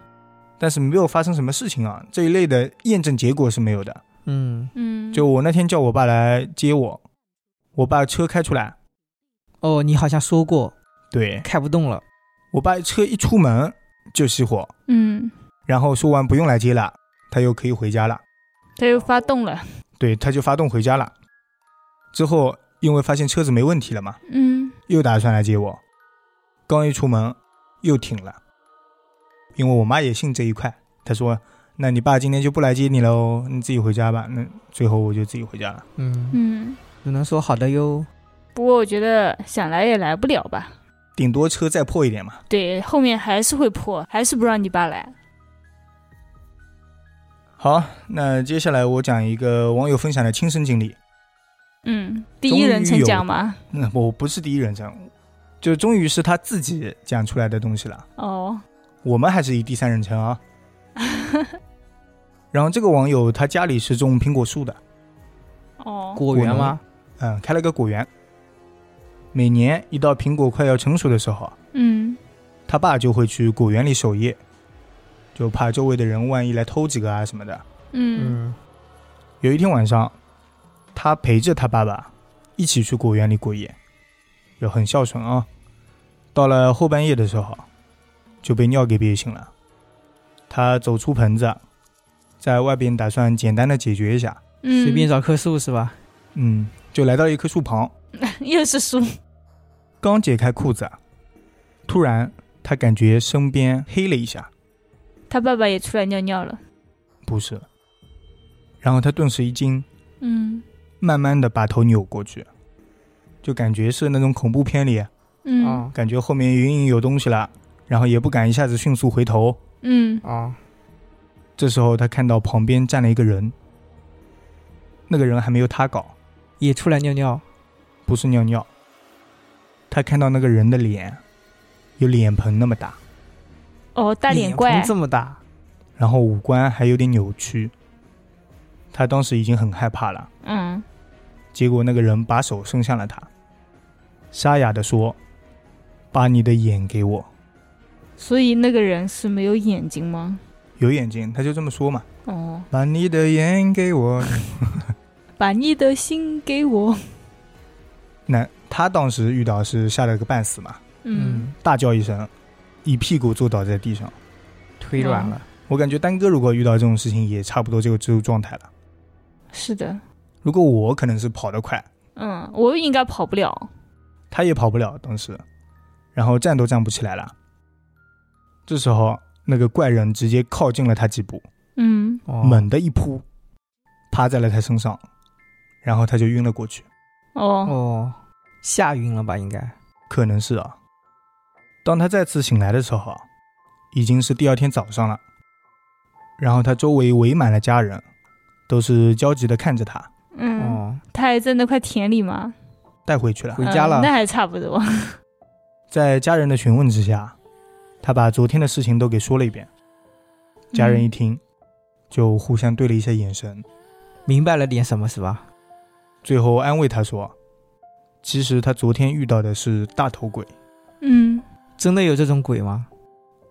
[SPEAKER 1] 但是没有发生什么事情啊，这一类的验证结果是没有的。
[SPEAKER 3] 嗯，
[SPEAKER 2] 嗯，
[SPEAKER 1] 就我那天叫我爸来接我，我爸车开出来，
[SPEAKER 3] 哦，你好像说过
[SPEAKER 1] 对
[SPEAKER 3] 开不动了。
[SPEAKER 1] 我爸车一出门就熄火，
[SPEAKER 2] 嗯，
[SPEAKER 1] 然后说完不用来接了，他又可以回家了，
[SPEAKER 2] 他又发动了。
[SPEAKER 1] 对，他就发动回家了。之后因为发现车子没问题了嘛，
[SPEAKER 2] 嗯，
[SPEAKER 1] 又打算来接我，刚一出门又停了，因为我妈也信这一块，她说：“那你爸今天就不来接你喽，你自己回家吧。”那最后我就自己回家了。
[SPEAKER 3] 嗯，
[SPEAKER 2] 嗯，
[SPEAKER 3] 只能说好的哟。
[SPEAKER 2] 不过我觉得想来也来不了吧。
[SPEAKER 1] 顶多车再破一点嘛。
[SPEAKER 2] 对，后面还是会破，还是不让你爸来。
[SPEAKER 1] 好，那接下来我讲一个网友分享的亲身经历。
[SPEAKER 2] 嗯，第一人称讲嘛。
[SPEAKER 1] 嗯，我不是第一人称，就终于是他自己讲出来的东西了。
[SPEAKER 2] 哦，
[SPEAKER 1] 我们还是以第三人称啊。然后这个网友他家里是种苹果树的，
[SPEAKER 2] 哦，
[SPEAKER 3] 果园吗？
[SPEAKER 1] 嗯，开了个果园。每年一到苹果快要成熟的时候，
[SPEAKER 2] 嗯，
[SPEAKER 1] 他爸就会去果园里守夜，就怕周围的人万一来偷几个啊什么的。
[SPEAKER 2] 嗯，
[SPEAKER 3] 嗯，
[SPEAKER 1] 有一天晚上，他陪着他爸爸一起去果园里过夜，就很孝顺啊。到了后半夜的时候，就被尿给憋醒了。他走出棚子，在外边打算简单的解决一下，
[SPEAKER 2] 嗯
[SPEAKER 3] 随便找棵树是吧？
[SPEAKER 1] 嗯，就来到一棵树旁，
[SPEAKER 2] 又是书。
[SPEAKER 1] 刚解开裤子，突然他感觉身边黑了一下，
[SPEAKER 2] 他爸爸也出来尿尿了。
[SPEAKER 1] 不是，然后他顿时一惊，
[SPEAKER 2] 嗯
[SPEAKER 1] 慢慢的把头扭过去，就感觉是那种恐怖片里
[SPEAKER 2] 嗯、
[SPEAKER 3] 啊
[SPEAKER 1] 感觉后面隐隐有东西了，然后也不敢一下子迅速回头。
[SPEAKER 2] 嗯，
[SPEAKER 3] 啊，
[SPEAKER 1] 这时候他看到旁边站了一个人，那个人还没有他高，
[SPEAKER 3] 也出来尿尿。
[SPEAKER 1] 不是尿尿。他看到那个人的脸，有脸盆那么大，
[SPEAKER 2] 哦，大脸
[SPEAKER 3] 脸
[SPEAKER 2] 怪
[SPEAKER 3] 盆。这么大，
[SPEAKER 1] 然后五官还有点扭曲。他当时已经很害怕了，
[SPEAKER 2] 嗯
[SPEAKER 1] 结果那个人把手伸向了他，沙哑的说：“把你的眼给我，，
[SPEAKER 2] 所以那个人是没有眼睛吗？
[SPEAKER 1] 有眼睛。”他就这么说嘛，
[SPEAKER 2] 哦，
[SPEAKER 1] 把你的眼给我。
[SPEAKER 2] 把你的心给我。
[SPEAKER 1] 那他当时遇到是吓了个半死嘛，
[SPEAKER 2] 嗯，
[SPEAKER 1] 大叫一声，一屁股坐倒在地上。
[SPEAKER 3] 腿软了。
[SPEAKER 1] 我感觉丹哥如果遇到这种事情，也差不多就这种状态了。
[SPEAKER 2] 是的。
[SPEAKER 1] 如果我可能是跑得快，
[SPEAKER 2] 嗯，我应该跑不了。
[SPEAKER 1] 他也跑不了当时，然后站都站不起来了。这时候，那个怪人直接靠近了他几步，
[SPEAKER 2] 嗯，
[SPEAKER 3] 哦
[SPEAKER 1] 猛地一扑，趴在了他身上，然后他就晕了过去。
[SPEAKER 2] 哦，
[SPEAKER 3] 哦，吓晕了吧？应该
[SPEAKER 1] 可能是啊。当他再次醒来的时候，已经是第二天早上了。然后他周围围满了家人，都是焦急的看着他
[SPEAKER 2] 嗯，
[SPEAKER 3] 哦，
[SPEAKER 2] 他还在那块田里吗？
[SPEAKER 1] 带回去了。
[SPEAKER 3] 回家了
[SPEAKER 2] 嗯那还差不多。
[SPEAKER 1] 在家人的询问之下，他把昨天的事情都给说了一遍。 家人一听，就互相对了一下眼神，
[SPEAKER 3] 明白了点什么是吧？
[SPEAKER 1] 最后安慰他说：“其实他昨天遇到的是大头鬼，
[SPEAKER 2] 嗯，
[SPEAKER 3] 真的有这种鬼吗？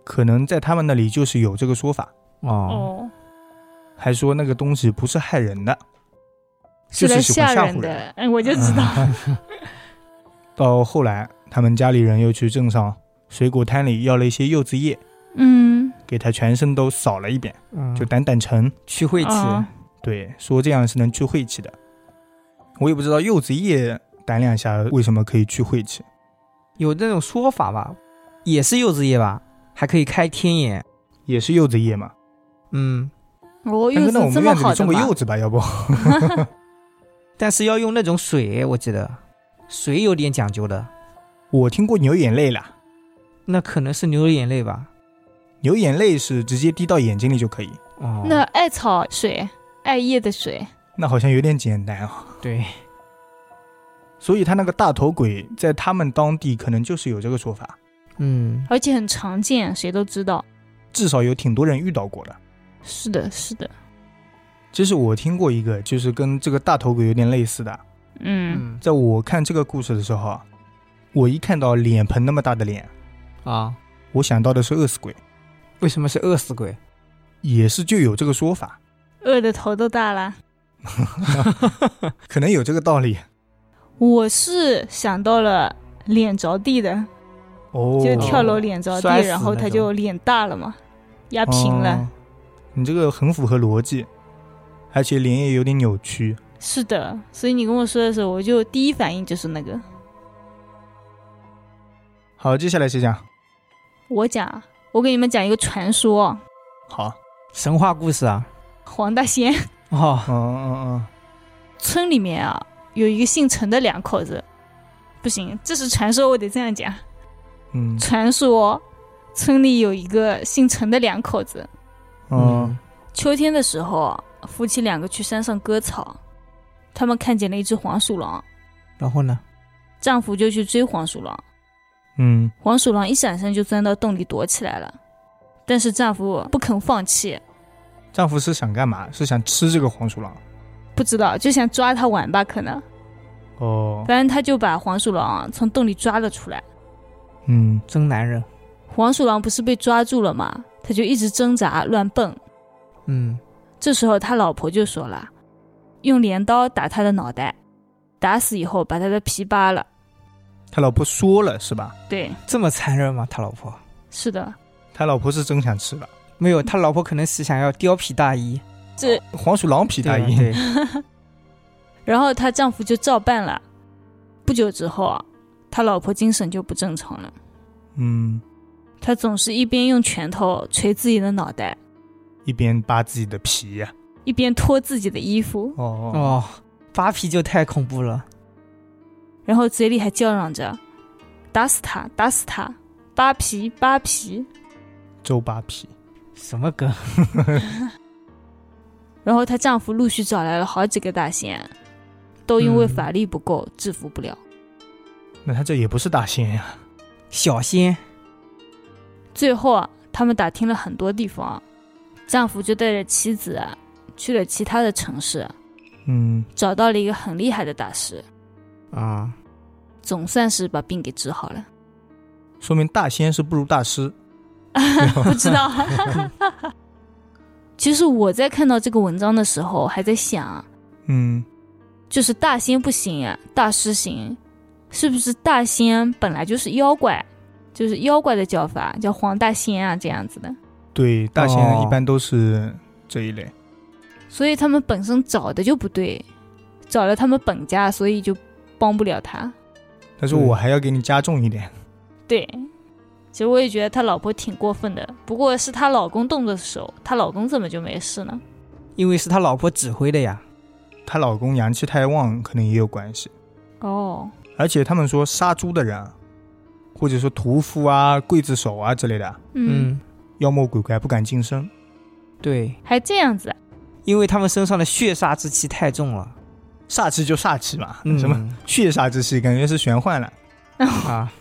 [SPEAKER 1] 可能在他们那里就是有这个说法。
[SPEAKER 3] 哦，
[SPEAKER 2] 哦，
[SPEAKER 1] 还说那个东西不是害人的，就是是
[SPEAKER 2] 来
[SPEAKER 1] 喜欢
[SPEAKER 2] 吓
[SPEAKER 1] 吓
[SPEAKER 2] 人
[SPEAKER 1] 唬
[SPEAKER 2] 的。嗯，我就知道，
[SPEAKER 1] 到后来，他们家里人又去镇上水果摊里要了一些柚子叶，
[SPEAKER 2] 嗯，
[SPEAKER 1] 给他全身都扫了一遍，
[SPEAKER 3] 嗯，
[SPEAKER 1] 就掸掸尘。
[SPEAKER 3] 去晦气，
[SPEAKER 2] 哦
[SPEAKER 1] 对，说这样是能去晦气的。我也不知道柚子叶掸两下为什么可以去晦气。
[SPEAKER 3] 有那种说法吧，也是柚子叶吧，还可以开天眼。
[SPEAKER 1] 也是柚子叶嘛。
[SPEAKER 3] 嗯，
[SPEAKER 2] 我
[SPEAKER 1] 那
[SPEAKER 2] 柚
[SPEAKER 1] 那我
[SPEAKER 2] 子哦这
[SPEAKER 1] 们
[SPEAKER 2] 么
[SPEAKER 1] 院子
[SPEAKER 2] 好
[SPEAKER 1] 里
[SPEAKER 2] 的
[SPEAKER 1] 种个
[SPEAKER 2] 吗？
[SPEAKER 1] 柚子吧，要不？
[SPEAKER 3] 但是要用那种水，我记得水有点讲究的，
[SPEAKER 1] 我听过牛眼泪啦，
[SPEAKER 3] 那可能是牛的眼泪吧。
[SPEAKER 1] 牛眼泪是直接滴到眼睛里就可以。
[SPEAKER 3] 哦，
[SPEAKER 2] 那艾草水、艾叶的水，
[SPEAKER 1] 那好像有点简单啊。
[SPEAKER 3] 对，
[SPEAKER 1] 所以他那个大头鬼在他们当地可能就是有这个说法，
[SPEAKER 3] 嗯，
[SPEAKER 2] 而且很常见，谁都知道。
[SPEAKER 1] 至少有挺多人遇到过的。
[SPEAKER 2] 是的，是的，
[SPEAKER 1] 其实我听过一个，就是跟这个大头鬼有点类似的。
[SPEAKER 2] 嗯，
[SPEAKER 3] 嗯
[SPEAKER 1] 在我看这个故事的时候啊，我一看到脸盆那么大的脸，
[SPEAKER 3] 啊，
[SPEAKER 1] 我想到的是饿死鬼，
[SPEAKER 3] 为什么是饿死鬼？
[SPEAKER 1] 也是就有这个说法，
[SPEAKER 2] 饿的头都大了。
[SPEAKER 1] 可能有这个道理
[SPEAKER 2] 我是想到了脸着地的，
[SPEAKER 1] 哦。
[SPEAKER 2] 就跳楼脸着地，
[SPEAKER 3] 摔死
[SPEAKER 2] 然后
[SPEAKER 3] 那
[SPEAKER 2] 他
[SPEAKER 3] 种
[SPEAKER 2] 就脸大了嘛，压平了。
[SPEAKER 1] 哦你这个很符合逻辑，而且脸也有点扭曲。
[SPEAKER 2] 是的，所以你跟我说的时候，我就第一反应就是那个。
[SPEAKER 1] 好，接下来谁讲？
[SPEAKER 2] 我讲，我给你们讲一个传说，
[SPEAKER 1] 好，
[SPEAKER 3] 神话故事啊。
[SPEAKER 2] 黄大仙
[SPEAKER 3] 哦，
[SPEAKER 1] 嗯嗯
[SPEAKER 2] 村里面啊，有一个姓陈的两口子。不行，这是传说，我得这样讲。
[SPEAKER 1] 嗯
[SPEAKER 2] 传说村里有一个姓陈的两口子，
[SPEAKER 1] 嗯嗯，
[SPEAKER 2] 秋天的时候，夫妻两个去山上割草，他们看见了一只黄鼠狼，
[SPEAKER 3] 然后呢？
[SPEAKER 2] 丈夫就去追黄鼠狼，
[SPEAKER 1] 嗯，
[SPEAKER 2] 黄鼠狼一闪身就钻到洞里躲起来了，但是丈夫不肯放弃，
[SPEAKER 1] 丈夫是想干嘛？是想吃这个黄鼠狼？
[SPEAKER 2] 不知道就想抓它玩吧，可能，
[SPEAKER 1] 哦，
[SPEAKER 2] 反正他就把黄鼠狼从洞里抓了出来。
[SPEAKER 1] 嗯
[SPEAKER 3] 真男人。
[SPEAKER 2] 黄鼠狼不是被抓住了吗？他就一直挣扎乱蹦，
[SPEAKER 3] 嗯，
[SPEAKER 2] 这时候他老婆就说了，用镰刀打他的脑袋，打死以后把他的皮扒了。
[SPEAKER 1] 他老婆说了是吧？
[SPEAKER 2] 对，
[SPEAKER 3] 这么残忍吗？他老婆
[SPEAKER 2] 是的，
[SPEAKER 1] 他老婆是真想吃了
[SPEAKER 3] 没有，他老婆可能是想要貂皮大衣。
[SPEAKER 2] 这
[SPEAKER 1] 黄鼠狼皮大衣。
[SPEAKER 3] 对吧对
[SPEAKER 2] 然后她丈夫就照办了。不久之后啊，她老婆精神就不正常了，
[SPEAKER 1] 嗯，
[SPEAKER 2] 她总是一边用拳头捶自己的脑袋，
[SPEAKER 1] 一边扒自己的皮呀、
[SPEAKER 2] 一边脱自己的衣服，
[SPEAKER 1] 哦 哦哦，
[SPEAKER 3] 哦，扒皮就太恐怖了。
[SPEAKER 2] 然后嘴里还叫嚷着：“打死他，打死他，扒皮，扒皮。
[SPEAKER 1] 周扒皮。
[SPEAKER 3] 什么梗？”
[SPEAKER 2] 然后她丈夫陆续找来了好几个大仙，都因为
[SPEAKER 3] 嗯
[SPEAKER 2] 法力不够制服不了。
[SPEAKER 1] 那他这也不是大仙呀、
[SPEAKER 3] 小仙
[SPEAKER 2] 最后啊，他们打听了很多地方，啊丈夫就带着妻子啊去了其他的城市，
[SPEAKER 1] 嗯，
[SPEAKER 2] 找到了一个很厉害的大师。
[SPEAKER 3] 啊、
[SPEAKER 2] 总算是把病给治好了。
[SPEAKER 1] 说明大仙是不如大师。
[SPEAKER 2] 不知道。 其实我在看到这个文章的时候，还在想，啊
[SPEAKER 1] 嗯，
[SPEAKER 2] 就是大仙不行啊，大师行，是不是大仙本来就是妖怪，就是妖怪的叫法，叫黄大仙啊这样子的。
[SPEAKER 1] 对，大仙
[SPEAKER 3] 哦
[SPEAKER 1] 一般都是这一类。
[SPEAKER 2] 所以他们本身找的就不对，找了他们本家，所以就帮不了他。
[SPEAKER 1] 但是我还要给你加重一点。
[SPEAKER 2] 对，其实我也觉得他老婆挺过分的，不过是她老公动的手，她老公怎么就没事呢？
[SPEAKER 3] 因为是他老婆指挥的呀。
[SPEAKER 1] 她老公阳气太旺，可能也有关系。
[SPEAKER 2] 哦，
[SPEAKER 1] 而且他们说杀猪的人啊，或者说屠夫啊、刽子手啊之类的，
[SPEAKER 2] 嗯，
[SPEAKER 1] 妖魔鬼怪不敢近身。
[SPEAKER 3] 对，
[SPEAKER 2] 还这样子啊，
[SPEAKER 3] 因为他们身上的血煞之气太重了。
[SPEAKER 1] 煞气就煞气嘛，
[SPEAKER 3] 嗯、
[SPEAKER 1] 什么血煞之气，感觉是玄幻了。
[SPEAKER 3] 啊？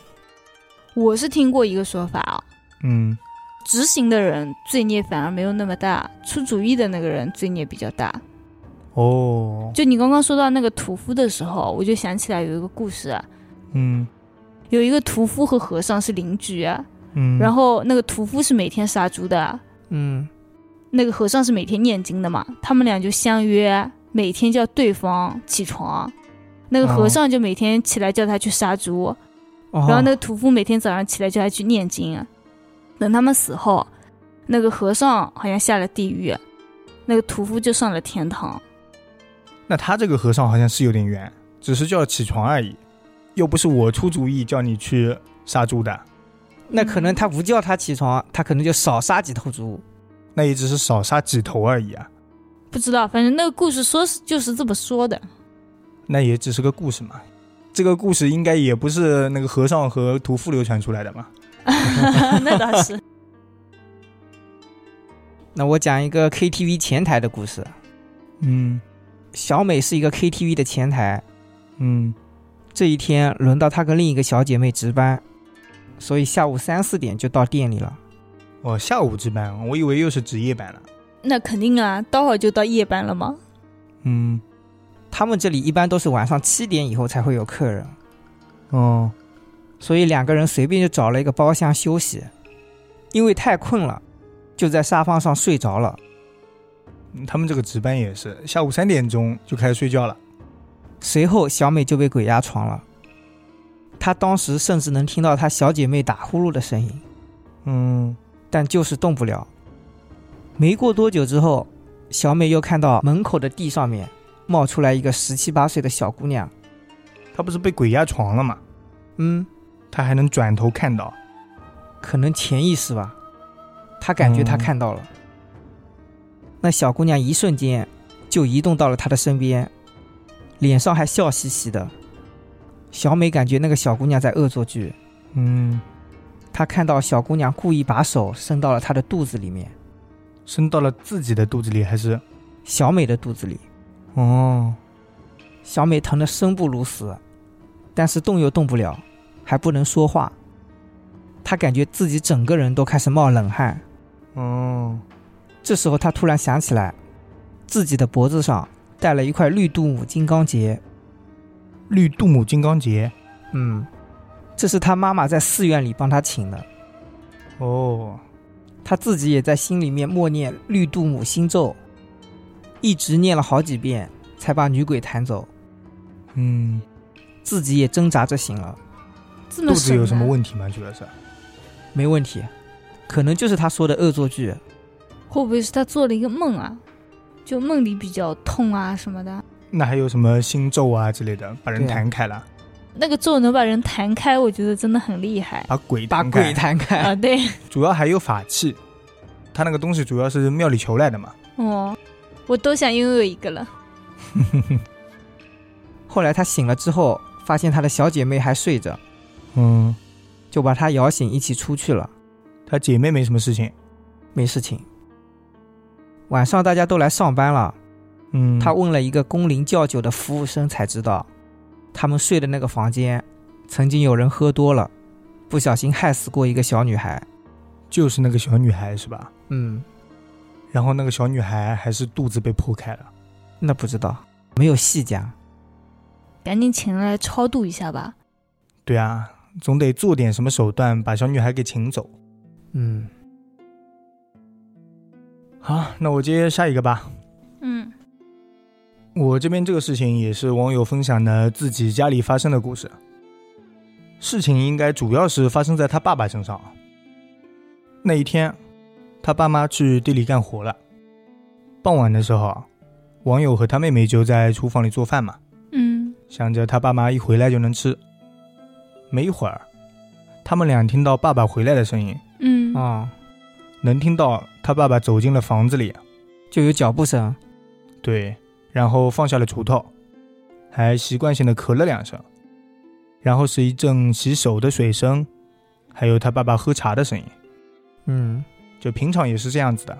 [SPEAKER 2] 我是听过一个说法啊，
[SPEAKER 1] 嗯，
[SPEAKER 2] 执行的人罪孽反而没有那么大，出主意的那个人罪孽比较大。
[SPEAKER 1] 哦，
[SPEAKER 2] 就你刚刚说到那个屠夫的时候，我就想起来有一个故事啊，
[SPEAKER 1] 嗯
[SPEAKER 2] 有一个屠夫和和尚是邻居啊，
[SPEAKER 1] 嗯，
[SPEAKER 2] 然后那个屠夫是每天杀猪的啊，
[SPEAKER 3] 嗯
[SPEAKER 2] 那个和尚是每天念经的嘛，他们俩就相约每天叫对方起床，那个和
[SPEAKER 3] 哦
[SPEAKER 2] 尚就每天起来叫他去杀猪，
[SPEAKER 3] 哦、
[SPEAKER 2] 然后那个屠夫每天早上起来叫他去念经。等他们死后，那个和尚好像下了地狱，那个屠夫就上了天堂。
[SPEAKER 1] 那他这个和尚好像是有点冤，只是叫起床而已，又不是我出主意叫你去杀猪的，
[SPEAKER 3] 那可能他不叫他起床，他可能就少杀几头猪。
[SPEAKER 1] 那也只是少杀几头而已啊，
[SPEAKER 2] 不知道，反正那个故事说是就是这么 说的。
[SPEAKER 1] 那也只是个故事嘛。这个故事应该也不是那个和尚和屠夫流传出来的嘛。
[SPEAKER 2] 那倒是，
[SPEAKER 3] 那我讲一个 KTV 前台的故事。
[SPEAKER 1] 嗯
[SPEAKER 3] 小美是一个 KTV 的前台，
[SPEAKER 1] 嗯
[SPEAKER 3] 这一天轮到她跟另一个小姐妹值班，所以下午三四点就到店里了。
[SPEAKER 1] 哦，下午值班，我以为又是值夜班了。
[SPEAKER 2] 那肯定啊，待会儿就到夜班了嘛。
[SPEAKER 1] 嗯，
[SPEAKER 3] 他们这里一般都是晚上七点以后才会有客人，
[SPEAKER 1] 哦，
[SPEAKER 3] 所以两个人随便就找了一个包厢休息，因为太困了，就在沙发上睡着了。
[SPEAKER 1] 嗯他们这个值班也是下午三点钟就开始睡觉了。
[SPEAKER 3] 随后，小美就被鬼压床了。她当时甚至能听到她小姐妹打呼噜的声音，
[SPEAKER 1] 嗯，
[SPEAKER 3] 但就是动不了。没过多久之后，小美又看到门口的地上面冒出来一个十七八岁的小姑娘。
[SPEAKER 1] 他不是被鬼压床了嘛？
[SPEAKER 3] 嗯，
[SPEAKER 1] 他还能转头看到。
[SPEAKER 3] 可能潜意识吧，她感觉她
[SPEAKER 1] 嗯
[SPEAKER 3] 看到了。那小姑娘一瞬间就移动到了她的身边，脸上还笑嘻嘻的。小美感觉那个小姑娘在恶作剧。
[SPEAKER 1] 嗯，
[SPEAKER 3] 他看到小姑娘故意把手伸到了他的肚子里面，
[SPEAKER 1] 伸到了自己的肚子里还是？
[SPEAKER 3] 小美的肚子里。
[SPEAKER 1] 哦，
[SPEAKER 3] 小美疼得生不如死，但是动又动不了，还不能说话。她感觉自己整个人都开始冒冷汗。
[SPEAKER 1] 哦，
[SPEAKER 3] 这时候，她突然想起来，自己的脖子上戴了一块绿度母金刚结。
[SPEAKER 1] 绿度母金刚结。
[SPEAKER 3] 嗯，这是她妈妈在寺院里帮她请的。
[SPEAKER 1] 哦，
[SPEAKER 3] 他自己也在心里面默念绿度母心咒，一直念了好几遍，才把女鬼弹走。
[SPEAKER 1] 嗯，
[SPEAKER 3] 自己也挣扎着醒了，
[SPEAKER 2] 这
[SPEAKER 1] 肚
[SPEAKER 2] 么
[SPEAKER 1] 子
[SPEAKER 2] 神
[SPEAKER 1] 有什么
[SPEAKER 2] 啊
[SPEAKER 1] 问题吗？主要是，
[SPEAKER 3] 没问题。可能就是他说的恶作剧，
[SPEAKER 2] 会不会是他做了一个梦啊？就梦里比较痛啊什么的，
[SPEAKER 1] 那还有什么心咒啊之类的，把人
[SPEAKER 3] 对啊
[SPEAKER 1] 弹开了，
[SPEAKER 2] 那个咒能把人弹开，我觉得真的很厉 害
[SPEAKER 1] 把鬼
[SPEAKER 3] 把
[SPEAKER 1] 弹开。
[SPEAKER 3] 鬼 弹开。
[SPEAKER 2] 啊！对，
[SPEAKER 1] 主要还有法器，他那个东西主要是庙里求来的嘛。
[SPEAKER 2] 哦，我都想拥有一个了。
[SPEAKER 3] 后来他醒了之后，发现他的小姐妹还睡着，
[SPEAKER 1] 嗯，
[SPEAKER 3] 就把她摇醒，一起出去了。
[SPEAKER 1] 他姐妹没什么事情。
[SPEAKER 3] 没事情。晚上大家都来上班了，
[SPEAKER 1] 嗯，
[SPEAKER 3] 他问了一个工龄较久的服务生，才知道他们睡的那个房间曾经有人喝多了，不小心害死过一个小女孩。
[SPEAKER 1] 就是那个小女孩是吧？
[SPEAKER 3] 嗯，
[SPEAKER 1] 然后那个小女孩还是肚子被剖开了。
[SPEAKER 3] 那不知道，没有细讲。
[SPEAKER 2] 赶紧请人来超度一下吧。
[SPEAKER 1] 对啊，总得做点什么手段把小女孩给请走。
[SPEAKER 3] 嗯，
[SPEAKER 1] 好，那我接下一个吧。
[SPEAKER 2] 嗯，
[SPEAKER 1] 我这边这个事情也是网友分享的自己家里发生的故事。事情应该主要是发生在他爸爸身上啊。那一天，他爸妈去地里干活了。傍晚的时候啊，网友和他妹妹就在厨房里做饭嘛，
[SPEAKER 2] 嗯，
[SPEAKER 1] 想着他爸妈一回来就能吃。没一会儿，他们俩听到爸爸回来的声音，
[SPEAKER 2] 嗯，
[SPEAKER 3] 哦，
[SPEAKER 1] 能听到他爸爸走进了房子里，
[SPEAKER 3] 就有脚步声。
[SPEAKER 1] 对，然后放下了锄头，还习惯性的咳了两声，然后是一阵洗手的水声，还有他爸爸喝茶的声音，
[SPEAKER 3] 嗯，
[SPEAKER 1] 就平常也是这样子的。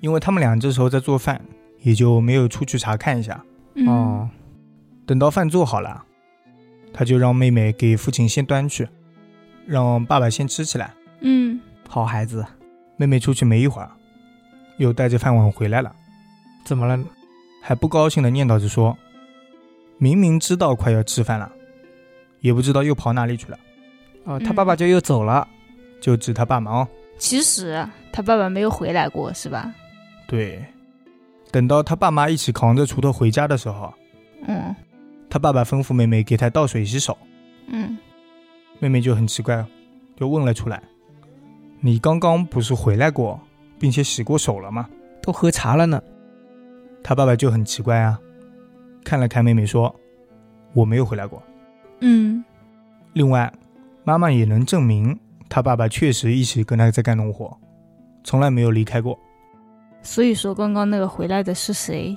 [SPEAKER 1] 因为他们俩这时候在做饭，也就没有出去查看一下。
[SPEAKER 2] 嗯
[SPEAKER 3] 哦，，
[SPEAKER 1] 等到饭做好了，他就让妹妹给父亲先端去，让爸爸先吃起来。
[SPEAKER 2] 嗯，
[SPEAKER 3] 好孩子，
[SPEAKER 1] 妹妹出去没一会儿，又带着饭碗回来了。
[SPEAKER 3] 怎么了？
[SPEAKER 1] 还不高兴的念叨着说：“明明知道快要吃饭了，也不知道又跑哪里去了。
[SPEAKER 3] 哦，
[SPEAKER 2] 嗯
[SPEAKER 3] 他爸爸就又走了。”
[SPEAKER 1] 就指他爸妈哦，
[SPEAKER 2] 其实他爸爸没有回来过，是吧？
[SPEAKER 1] 对，等到他爸妈一起扛着锄头回家的时候，
[SPEAKER 4] 嗯
[SPEAKER 1] 他爸爸吩咐妹妹给他倒水洗手，
[SPEAKER 4] 嗯
[SPEAKER 1] 妹妹就很奇怪，哦就问了出来：“你刚刚不是回来过，并且洗过手了吗
[SPEAKER 3] 都喝茶了呢。？”
[SPEAKER 1] 他爸爸就很奇怪啊，看了看妹妹说：“我没有回来过。”
[SPEAKER 2] 嗯
[SPEAKER 1] 另外，妈妈也能证明他爸爸确实一直跟他在干农活，从来没有离开过。
[SPEAKER 2] 所以说刚刚那个回来的是谁？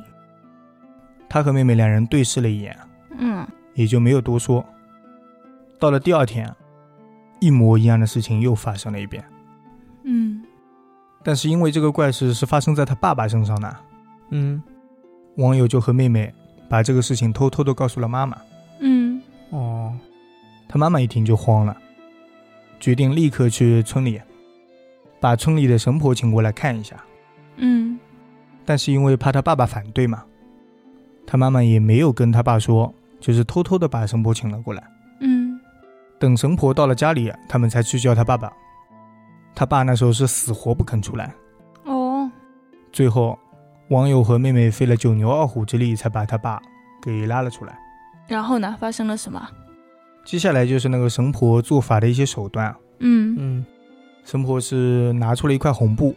[SPEAKER 1] 他和妹妹两人对视了一眼，
[SPEAKER 4] 嗯
[SPEAKER 1] 也就没有多说。到了第二天，一模一样的事情又发生了一遍，
[SPEAKER 2] 嗯
[SPEAKER 1] 但是因为这个怪事是发生在他爸爸身上的，
[SPEAKER 3] 嗯，
[SPEAKER 1] 网友就和妹妹把这个事情偷偷的告诉了妈妈。
[SPEAKER 2] 嗯
[SPEAKER 3] 哦，
[SPEAKER 1] 他妈妈一听就慌了，决定立刻去村里，把村里的神婆请过来看一下。
[SPEAKER 2] 嗯
[SPEAKER 1] 但是因为怕他爸爸反对嘛，他妈妈也没有跟他爸说，就是偷偷的把神婆请了过来。
[SPEAKER 2] 嗯
[SPEAKER 1] 等神婆到了家里，他们才去叫他爸爸。他爸那时候是死活不肯出来，
[SPEAKER 2] 哦
[SPEAKER 1] 最后网友和妹妹费了九牛二虎之力，才把他爸给拉了出来。
[SPEAKER 2] 然后呢？发生了什么？
[SPEAKER 1] 接下来就是那个神婆做法的一些手段。啊
[SPEAKER 2] 嗯
[SPEAKER 3] 嗯
[SPEAKER 1] 神婆是拿出了一块红布，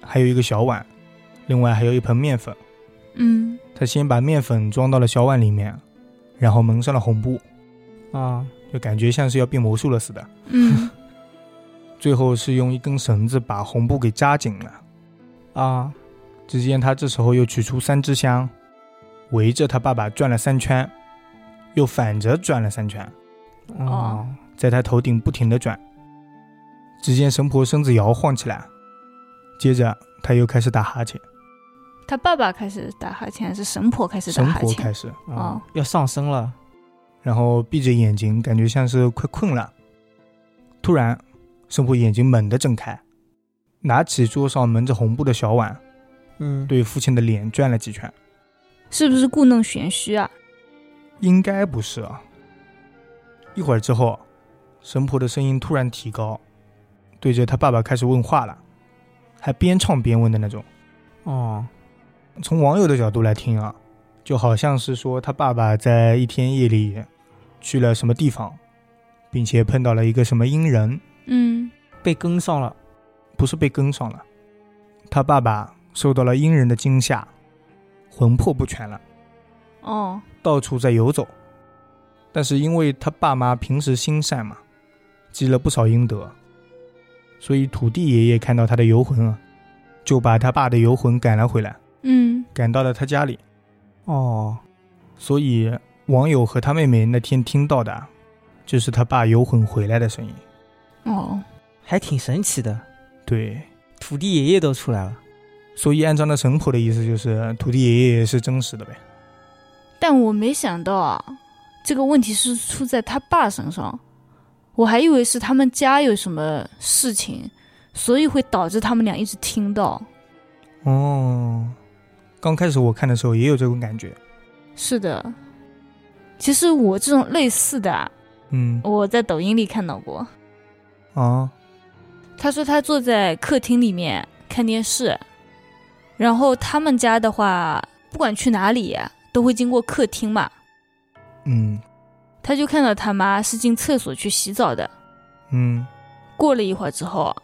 [SPEAKER 1] 还有一个小碗，另外还有一盆面粉。
[SPEAKER 2] 嗯
[SPEAKER 1] 她先把面粉装到了小碗里面，然后蒙上了红布，
[SPEAKER 3] 啊，
[SPEAKER 1] 就感觉像是要变魔术了似的。
[SPEAKER 2] 嗯
[SPEAKER 1] 最后是用一根绳子把红布给扎紧了。
[SPEAKER 3] 啊，
[SPEAKER 1] 只见他这时候又取出三支香，围着他爸爸转了三圈，又反着转了三圈，
[SPEAKER 3] 哦，
[SPEAKER 1] 在他头顶不停地转。只见神婆身子摇晃起来，接着他又开始打哈欠，
[SPEAKER 2] 他爸爸开始打哈欠，还是神婆开始打
[SPEAKER 1] 神
[SPEAKER 2] 哈
[SPEAKER 1] 婆
[SPEAKER 2] 欠？
[SPEAKER 1] 开始，
[SPEAKER 3] 啊
[SPEAKER 2] 哦，
[SPEAKER 3] 要上升了，
[SPEAKER 1] 然后闭着眼睛，感觉像是快困了。突然，神婆眼睛猛地睁开，拿起桌上蒙着红布的小碗，
[SPEAKER 3] 嗯，
[SPEAKER 1] 对父亲的脸转了几圈。
[SPEAKER 2] 是不是故弄玄虚啊？
[SPEAKER 1] 应该不是啊。一会儿之后，神婆的声音突然提高，对着他爸爸开始问话了，还边唱边问的那种。
[SPEAKER 3] 哦，
[SPEAKER 1] 从网友的角度来听啊，就好像是说他爸爸在一天夜里去了什么地方，并且碰到了一个什么阴人，
[SPEAKER 2] 嗯
[SPEAKER 3] 被跟上了，
[SPEAKER 1] 不是被跟上了，他爸爸受到了阴人的惊吓，魂魄不全了。
[SPEAKER 2] 哦
[SPEAKER 1] 到处在游走。但是因为他爸妈平时心善嘛，积了不少阴德，所以土地爷爷看到他的游魂啊，就把他爸的游魂赶了回来，
[SPEAKER 2] 嗯
[SPEAKER 1] 赶到了他家里。
[SPEAKER 3] 哦，
[SPEAKER 1] 所以网友和他妹妹那天听到的啊，就是他爸游魂回来的声音。
[SPEAKER 2] 哦
[SPEAKER 3] 还挺神奇的，
[SPEAKER 1] 对，
[SPEAKER 3] 土地爷爷都出来了，
[SPEAKER 1] 所以按照那神婆的意思，就是土地爷爷是真实的呗。
[SPEAKER 2] 但我没想到啊，这个问题是出在他爸身上，我还以为是他们家有什么事情，所以会导致他们俩一直听到。
[SPEAKER 1] 哦，刚开始我看的时候也有这种感觉。
[SPEAKER 2] 是的，其实我这种类似的啊，
[SPEAKER 1] 嗯，
[SPEAKER 2] 我在抖音里看到过。
[SPEAKER 1] 啊，
[SPEAKER 2] 他说他坐在客厅里面看电视，然后他们家的话，不管去哪里都会经过客厅嘛，
[SPEAKER 1] 嗯
[SPEAKER 2] 他就看到他妈是进厕所去洗澡的。
[SPEAKER 1] 嗯，
[SPEAKER 2] 过了一会儿之后，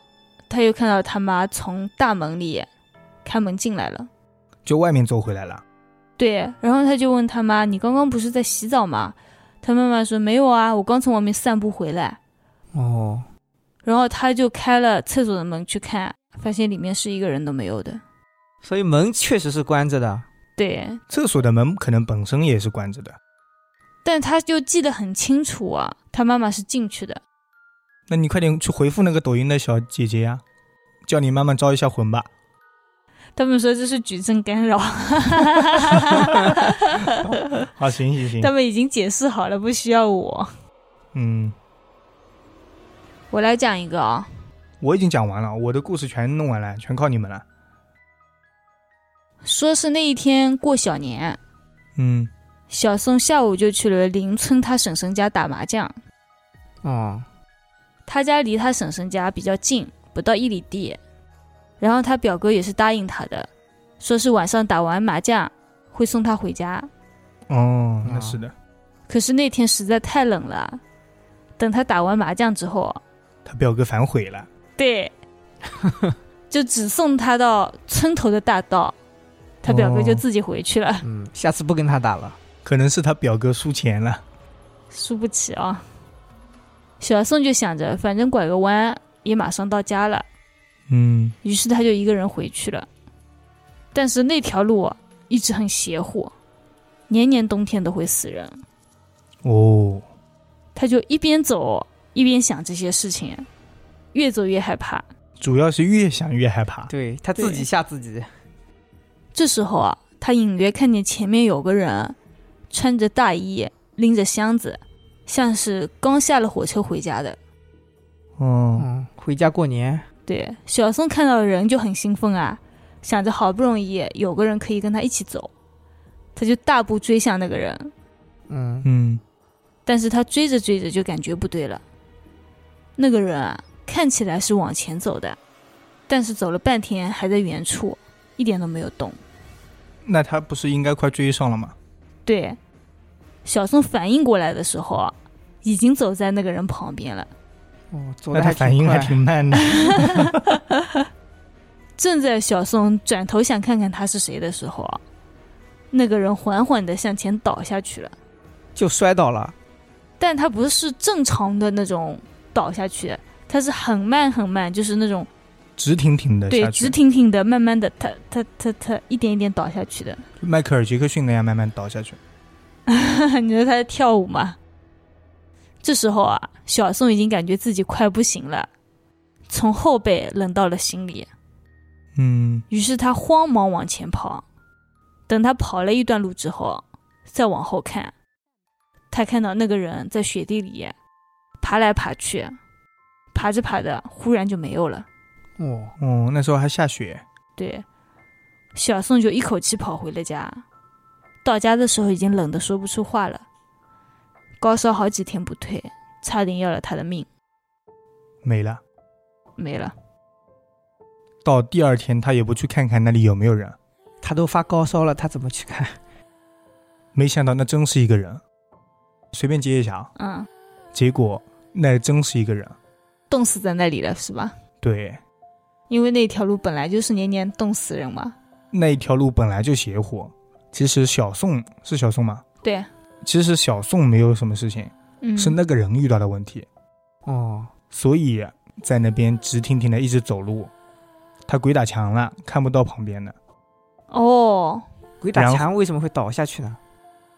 [SPEAKER 2] 他又看到他妈从大门里开门进来了。
[SPEAKER 1] 就外面走回来了。
[SPEAKER 2] 对，然后他就问他妈：“你刚刚不是在洗澡吗？”他妈妈说：“没有啊，我刚从外面散步回来。
[SPEAKER 3] 哦，”
[SPEAKER 2] 然后他就开了厕所的门去看，发现里面是一个人都没有的。
[SPEAKER 3] 所以门确实是关着的，
[SPEAKER 2] 对，
[SPEAKER 1] 厕所的门可能本身也是关着的。
[SPEAKER 2] 但他就记得很清楚啊，他妈妈是进去的。
[SPEAKER 1] 那你快点去回复那个抖音的小姐姐呀、叫你慢慢招一下魂吧。
[SPEAKER 2] 他们说这是举证干扰，
[SPEAKER 1] 好，啊行行
[SPEAKER 2] 他
[SPEAKER 1] 行，
[SPEAKER 2] 们已经解释好了，不需要我。
[SPEAKER 1] 嗯，
[SPEAKER 2] 我来讲一个啊、
[SPEAKER 1] 我已经讲完了，我的故事全弄完了，全靠你们了。
[SPEAKER 2] 说是那一天过小年，
[SPEAKER 1] 嗯
[SPEAKER 2] 小宋下午就去了邻村他婶婶家打麻将，
[SPEAKER 3] 哦，
[SPEAKER 2] 他家离他婶婶家比较近，不到一里地。然后他表哥也是答应他的，说是晚上打完麻将会送他回家。
[SPEAKER 1] 哦，
[SPEAKER 3] 啊
[SPEAKER 1] 那是的，
[SPEAKER 2] 可是那天实在太冷了，等他打完麻将之后，
[SPEAKER 1] 他表哥反悔了。
[SPEAKER 2] 对，就只送他到村头的大道，他表哥就自己回去了，
[SPEAKER 3] 嗯，下次不跟他打了。
[SPEAKER 1] 可能是他表哥输钱了。
[SPEAKER 2] 输不起啊。小宋就想着，反正拐个弯也马上到家了，
[SPEAKER 1] 嗯，
[SPEAKER 2] 于是他就一个人回去了。但是那条路啊一直很邪乎，年年冬天都会死人。
[SPEAKER 1] 哦，
[SPEAKER 2] 他就一边走一边想这些事情，越走越害怕。
[SPEAKER 1] 主要是越想越害怕。
[SPEAKER 3] 对他自己
[SPEAKER 2] 对
[SPEAKER 3] 吓自己，
[SPEAKER 2] 这时候啊，他隐约看见前面有个人，穿着大衣，拎着箱子，像是刚下了火车回家的。
[SPEAKER 1] 哦，
[SPEAKER 3] 嗯，回家过年，
[SPEAKER 2] 对，小宋看到人就很兴奋啊，想着好不容易有个人可以跟他一起走，他就大步追向那个人。
[SPEAKER 3] 嗯，
[SPEAKER 1] 嗯，
[SPEAKER 2] 但是他追着追着就感觉不对了，那个人啊看起来是往前走的，但是走了半天还在原处，一点都没有动。
[SPEAKER 1] 那他不是应该快追上了吗？
[SPEAKER 2] 对，小宋反应过来的时候啊，已经走在那个人旁边了。
[SPEAKER 3] 哦，走
[SPEAKER 1] 那
[SPEAKER 3] 的
[SPEAKER 1] 他
[SPEAKER 3] 还
[SPEAKER 1] 反应还
[SPEAKER 3] 快，
[SPEAKER 1] 挺慢的。
[SPEAKER 2] 正在小宋转头想看看他是谁的时候啊，那个人缓缓地向前倒下去了，
[SPEAKER 3] 就摔倒了。
[SPEAKER 2] 但他不是正常的那种倒下去，他是很慢很慢，就是那种
[SPEAKER 1] 直挺挺的
[SPEAKER 2] 对
[SPEAKER 1] 下去
[SPEAKER 2] 直，挺挺的，慢慢的，他他他他一点一点倒下去的。
[SPEAKER 1] 迈克尔·杰克逊那样慢慢倒下去。
[SPEAKER 2] 你说他在跳舞吗？这时候啊，小宋已经感觉自己快不行了，从后背冷到了心里，
[SPEAKER 1] 嗯，
[SPEAKER 2] 于是他慌忙往前跑。等他跑了一段路之后，再往后看，他看到那个人在雪地里爬来爬去，爬着爬着，忽然就没有了。
[SPEAKER 3] 哦，
[SPEAKER 1] 哦，那时候还下雪。
[SPEAKER 2] 对，小宋就一口气跑回了家。到家的时候已经冷得说不出话了，高烧好几天不退，差点要了他的命，
[SPEAKER 1] 没了。
[SPEAKER 2] 没了。
[SPEAKER 1] 到第二天，他也不去看看那里有没有人。
[SPEAKER 3] 他都发高烧了，他怎么去看？
[SPEAKER 1] 没想到那真是一个人，随便接一下啊。
[SPEAKER 2] 嗯，
[SPEAKER 1] 结果那真是一个人，
[SPEAKER 2] 冻死在那里了是吧？
[SPEAKER 1] 对，
[SPEAKER 2] 因为那条路本来就是年年冻死人嘛。
[SPEAKER 1] 那一条路本来就邪乎。其实小宋是小宋吗？
[SPEAKER 2] 对，
[SPEAKER 1] 其实小宋没有什么事情，
[SPEAKER 2] 嗯，
[SPEAKER 1] 是那个人遇到的问题，
[SPEAKER 3] 哦，
[SPEAKER 1] 所以在那边直挺挺的一直走路，他鬼打墙了，看不到旁边的。
[SPEAKER 2] 哦，
[SPEAKER 3] 鬼打
[SPEAKER 1] 然后
[SPEAKER 3] 墙为什么会倒下去呢？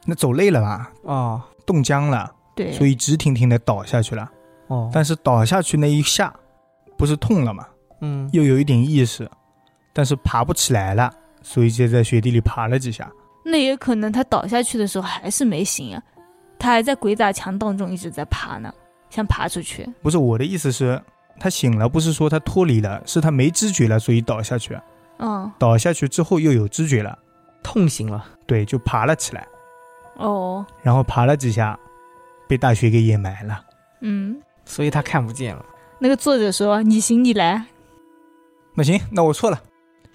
[SPEAKER 1] 那走累了吧，
[SPEAKER 3] 哦
[SPEAKER 1] 冻僵了，
[SPEAKER 2] 对，
[SPEAKER 1] 所以直挺挺的倒下去了。
[SPEAKER 3] 哦，
[SPEAKER 1] 但是倒下去那一下，不是痛了吗？
[SPEAKER 3] 嗯，
[SPEAKER 1] 又有一点意识，但是爬不起来了，所以就在雪地里爬了几下。
[SPEAKER 2] 那也可能他倒下去的时候还是没醒啊，他还在鬼打墙当中一直在爬呢，想爬出去。
[SPEAKER 1] 不是我的意思是，他醒了，不是说他脱离了，是他没知觉了，所以倒下去。
[SPEAKER 2] 嗯，
[SPEAKER 1] 倒下去之后又有知觉了，
[SPEAKER 3] 痛醒了。
[SPEAKER 1] 对，就爬了起来，
[SPEAKER 2] 哦，
[SPEAKER 1] 然后爬了几下，被大雪给掩埋了。
[SPEAKER 2] 嗯，
[SPEAKER 3] 所以他看不见了。
[SPEAKER 2] 那个作者说：“你行，你来。”
[SPEAKER 1] 那行，那我错了，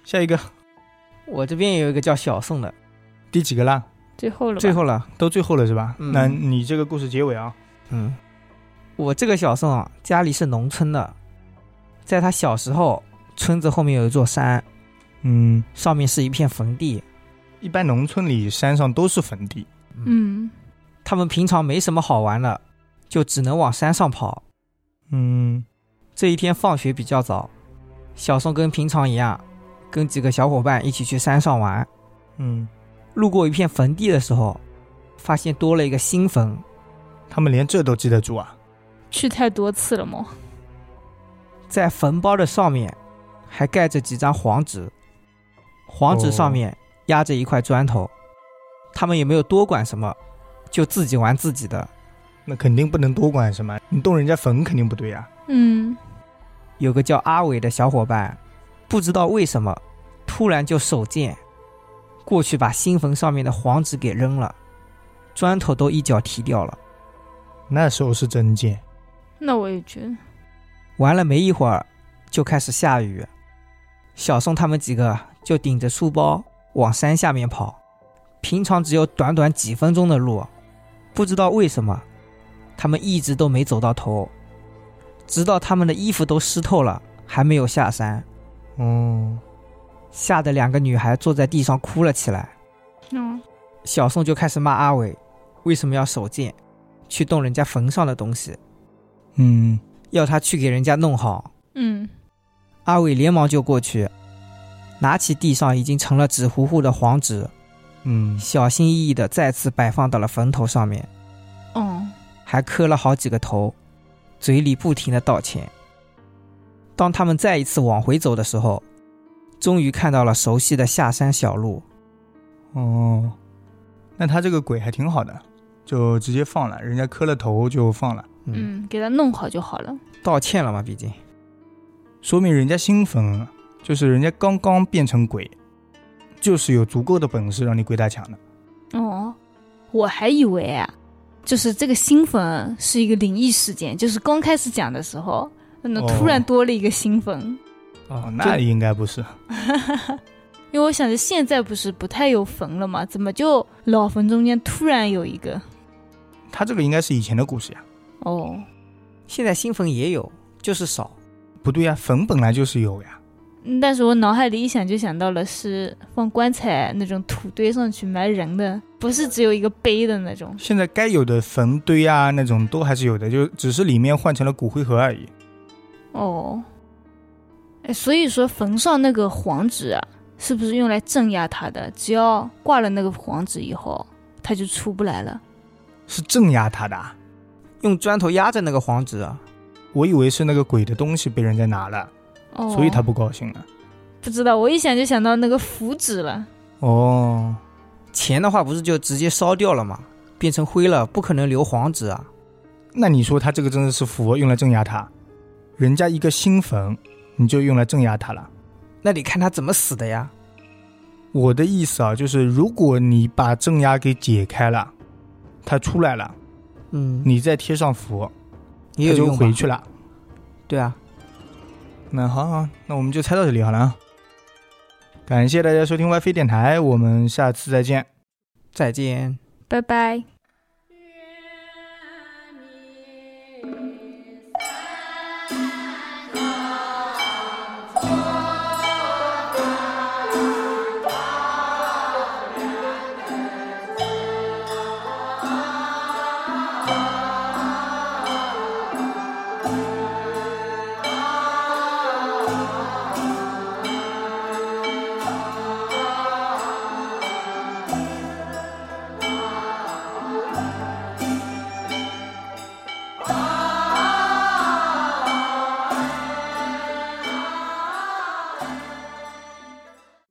[SPEAKER 1] 下一个
[SPEAKER 3] 我这边也有一个叫小宋的，
[SPEAKER 1] 第几个啦？
[SPEAKER 2] 最后了吧，
[SPEAKER 3] 最后了，
[SPEAKER 1] 都最后了是吧？
[SPEAKER 3] 嗯
[SPEAKER 1] 那你这个故事结尾啊，
[SPEAKER 3] 嗯，我这个小宋啊，家里是农村的，在他小时候，村子后面有一座山，
[SPEAKER 1] 嗯，
[SPEAKER 3] 上面是一片坟地。
[SPEAKER 1] 一般农村里山上都是坟地，
[SPEAKER 2] 嗯
[SPEAKER 3] 他们平常没什么好玩的，就只能往山上跑。
[SPEAKER 1] 嗯，
[SPEAKER 3] 这一天放学比较早，小宋跟平常一样，跟几个小伙伴一起去山上玩。
[SPEAKER 1] 嗯，
[SPEAKER 3] 路过一片坟地的时候，发现多了一个新坟。
[SPEAKER 1] 他们连这都记得住啊。，
[SPEAKER 2] 去太多次了吗？
[SPEAKER 3] 在坟包的上面还盖着几张黄纸，黄纸上面压着一块砖头。他们也没有多管什么，就自己玩自己的。
[SPEAKER 1] 那肯定不能多管什么，你动人家坟肯定不对啊呀、
[SPEAKER 2] 嗯，
[SPEAKER 3] 有个叫阿伟的小伙伴，不知道为什么，突然就手贱，过去把新坟上面的黄纸给扔了，砖头都一脚踢掉了。
[SPEAKER 1] 那时候是真贱，
[SPEAKER 2] 那我也觉得，
[SPEAKER 3] 玩了没一会儿，就开始下雨。小宋他们几个就顶着书包往山下面跑。平常只有短短几分钟的路，不知道为什么，他们一直都没走到头，直到他们的衣服都湿透了，还没有下山。
[SPEAKER 1] 哦，
[SPEAKER 3] 吓得两个女孩坐在地上哭了起来。
[SPEAKER 2] 嗯，
[SPEAKER 3] 小宋就开始骂阿伟，为什么要手贱，去动人家坟上的东西，
[SPEAKER 1] 嗯，
[SPEAKER 3] 要他去给人家弄好。
[SPEAKER 2] 嗯，
[SPEAKER 3] 阿伟连忙就过去，拿起地上已经成了纸糊糊的黄纸，
[SPEAKER 1] 嗯，
[SPEAKER 3] 小心翼翼地再次摆放到了坟头上面，
[SPEAKER 2] 哦，
[SPEAKER 3] 还磕了好几个头，嘴里不停地道歉。当他们再一次往回走的时候，终于看到了熟悉的下山小路。
[SPEAKER 1] 哦，那他这个鬼还挺好的，就直接放了，人家磕了头就放了，
[SPEAKER 3] 嗯，
[SPEAKER 2] 嗯，给他弄好就好了。
[SPEAKER 3] 道歉了嘛，毕竟。
[SPEAKER 1] 说明人家新坟啊就是人家刚刚变成鬼，就是有足够的本事让你鬼打墙的。
[SPEAKER 2] 哦，我还以为啊，就是这个新坟是一个灵异事件，就是刚开始讲的时候，那
[SPEAKER 1] 哦
[SPEAKER 2] 突然多了一个新坟，
[SPEAKER 1] 哦，那
[SPEAKER 3] 就
[SPEAKER 1] 应该不是。
[SPEAKER 2] 因为我想着现在不是不太有坟了嘛，怎么就老坟中间突然有一个？
[SPEAKER 1] 他这个应该是以前的故事呀、
[SPEAKER 2] 哦，
[SPEAKER 3] 现在新坟也有，就是少。
[SPEAKER 1] 不对呀、坟本来就是有呀。
[SPEAKER 2] 嗯但是我脑海里一想就想到了是放棺材那种土堆上去埋人的，不是只有一个碑的那种。
[SPEAKER 1] 现在该有的坟堆啊，那种都还是有的，就只是里面换成了骨灰盒而已。
[SPEAKER 2] 哦，哎，所以说坟上那个黄纸啊，是不是用来镇压他的？只要挂了那个黄纸以后，他就出不来了。
[SPEAKER 1] 是镇压他的啊，
[SPEAKER 3] 用砖头压着那个黄纸啊，
[SPEAKER 1] 我以为是那个鬼的东西被人家拿了，
[SPEAKER 2] 哦，
[SPEAKER 1] 所以他不高兴了。
[SPEAKER 2] 不知道。我一想就想到那个符纸了。
[SPEAKER 1] 哦，
[SPEAKER 3] 钱的话不是就直接烧掉了吗？变成灰了，不可能留黄纸啊。
[SPEAKER 1] 那你说他这个真的是佛用来镇压他？人家一个新坟，你就用来镇压他了？
[SPEAKER 3] 那得看他怎么死的呀。
[SPEAKER 1] 我的意思啊，就是如果你把镇压给解开了，他出来了，
[SPEAKER 3] 嗯，
[SPEAKER 1] 你再贴上符，
[SPEAKER 3] 也
[SPEAKER 1] 他
[SPEAKER 3] 有
[SPEAKER 1] 就
[SPEAKER 3] 用吧
[SPEAKER 1] 回去了。
[SPEAKER 3] 对啊，
[SPEAKER 1] 那好好，那我们就猜到这里好了啊。感谢大家收听 WiFi 电台，我们下次再见。
[SPEAKER 3] 再见。
[SPEAKER 2] 拜拜。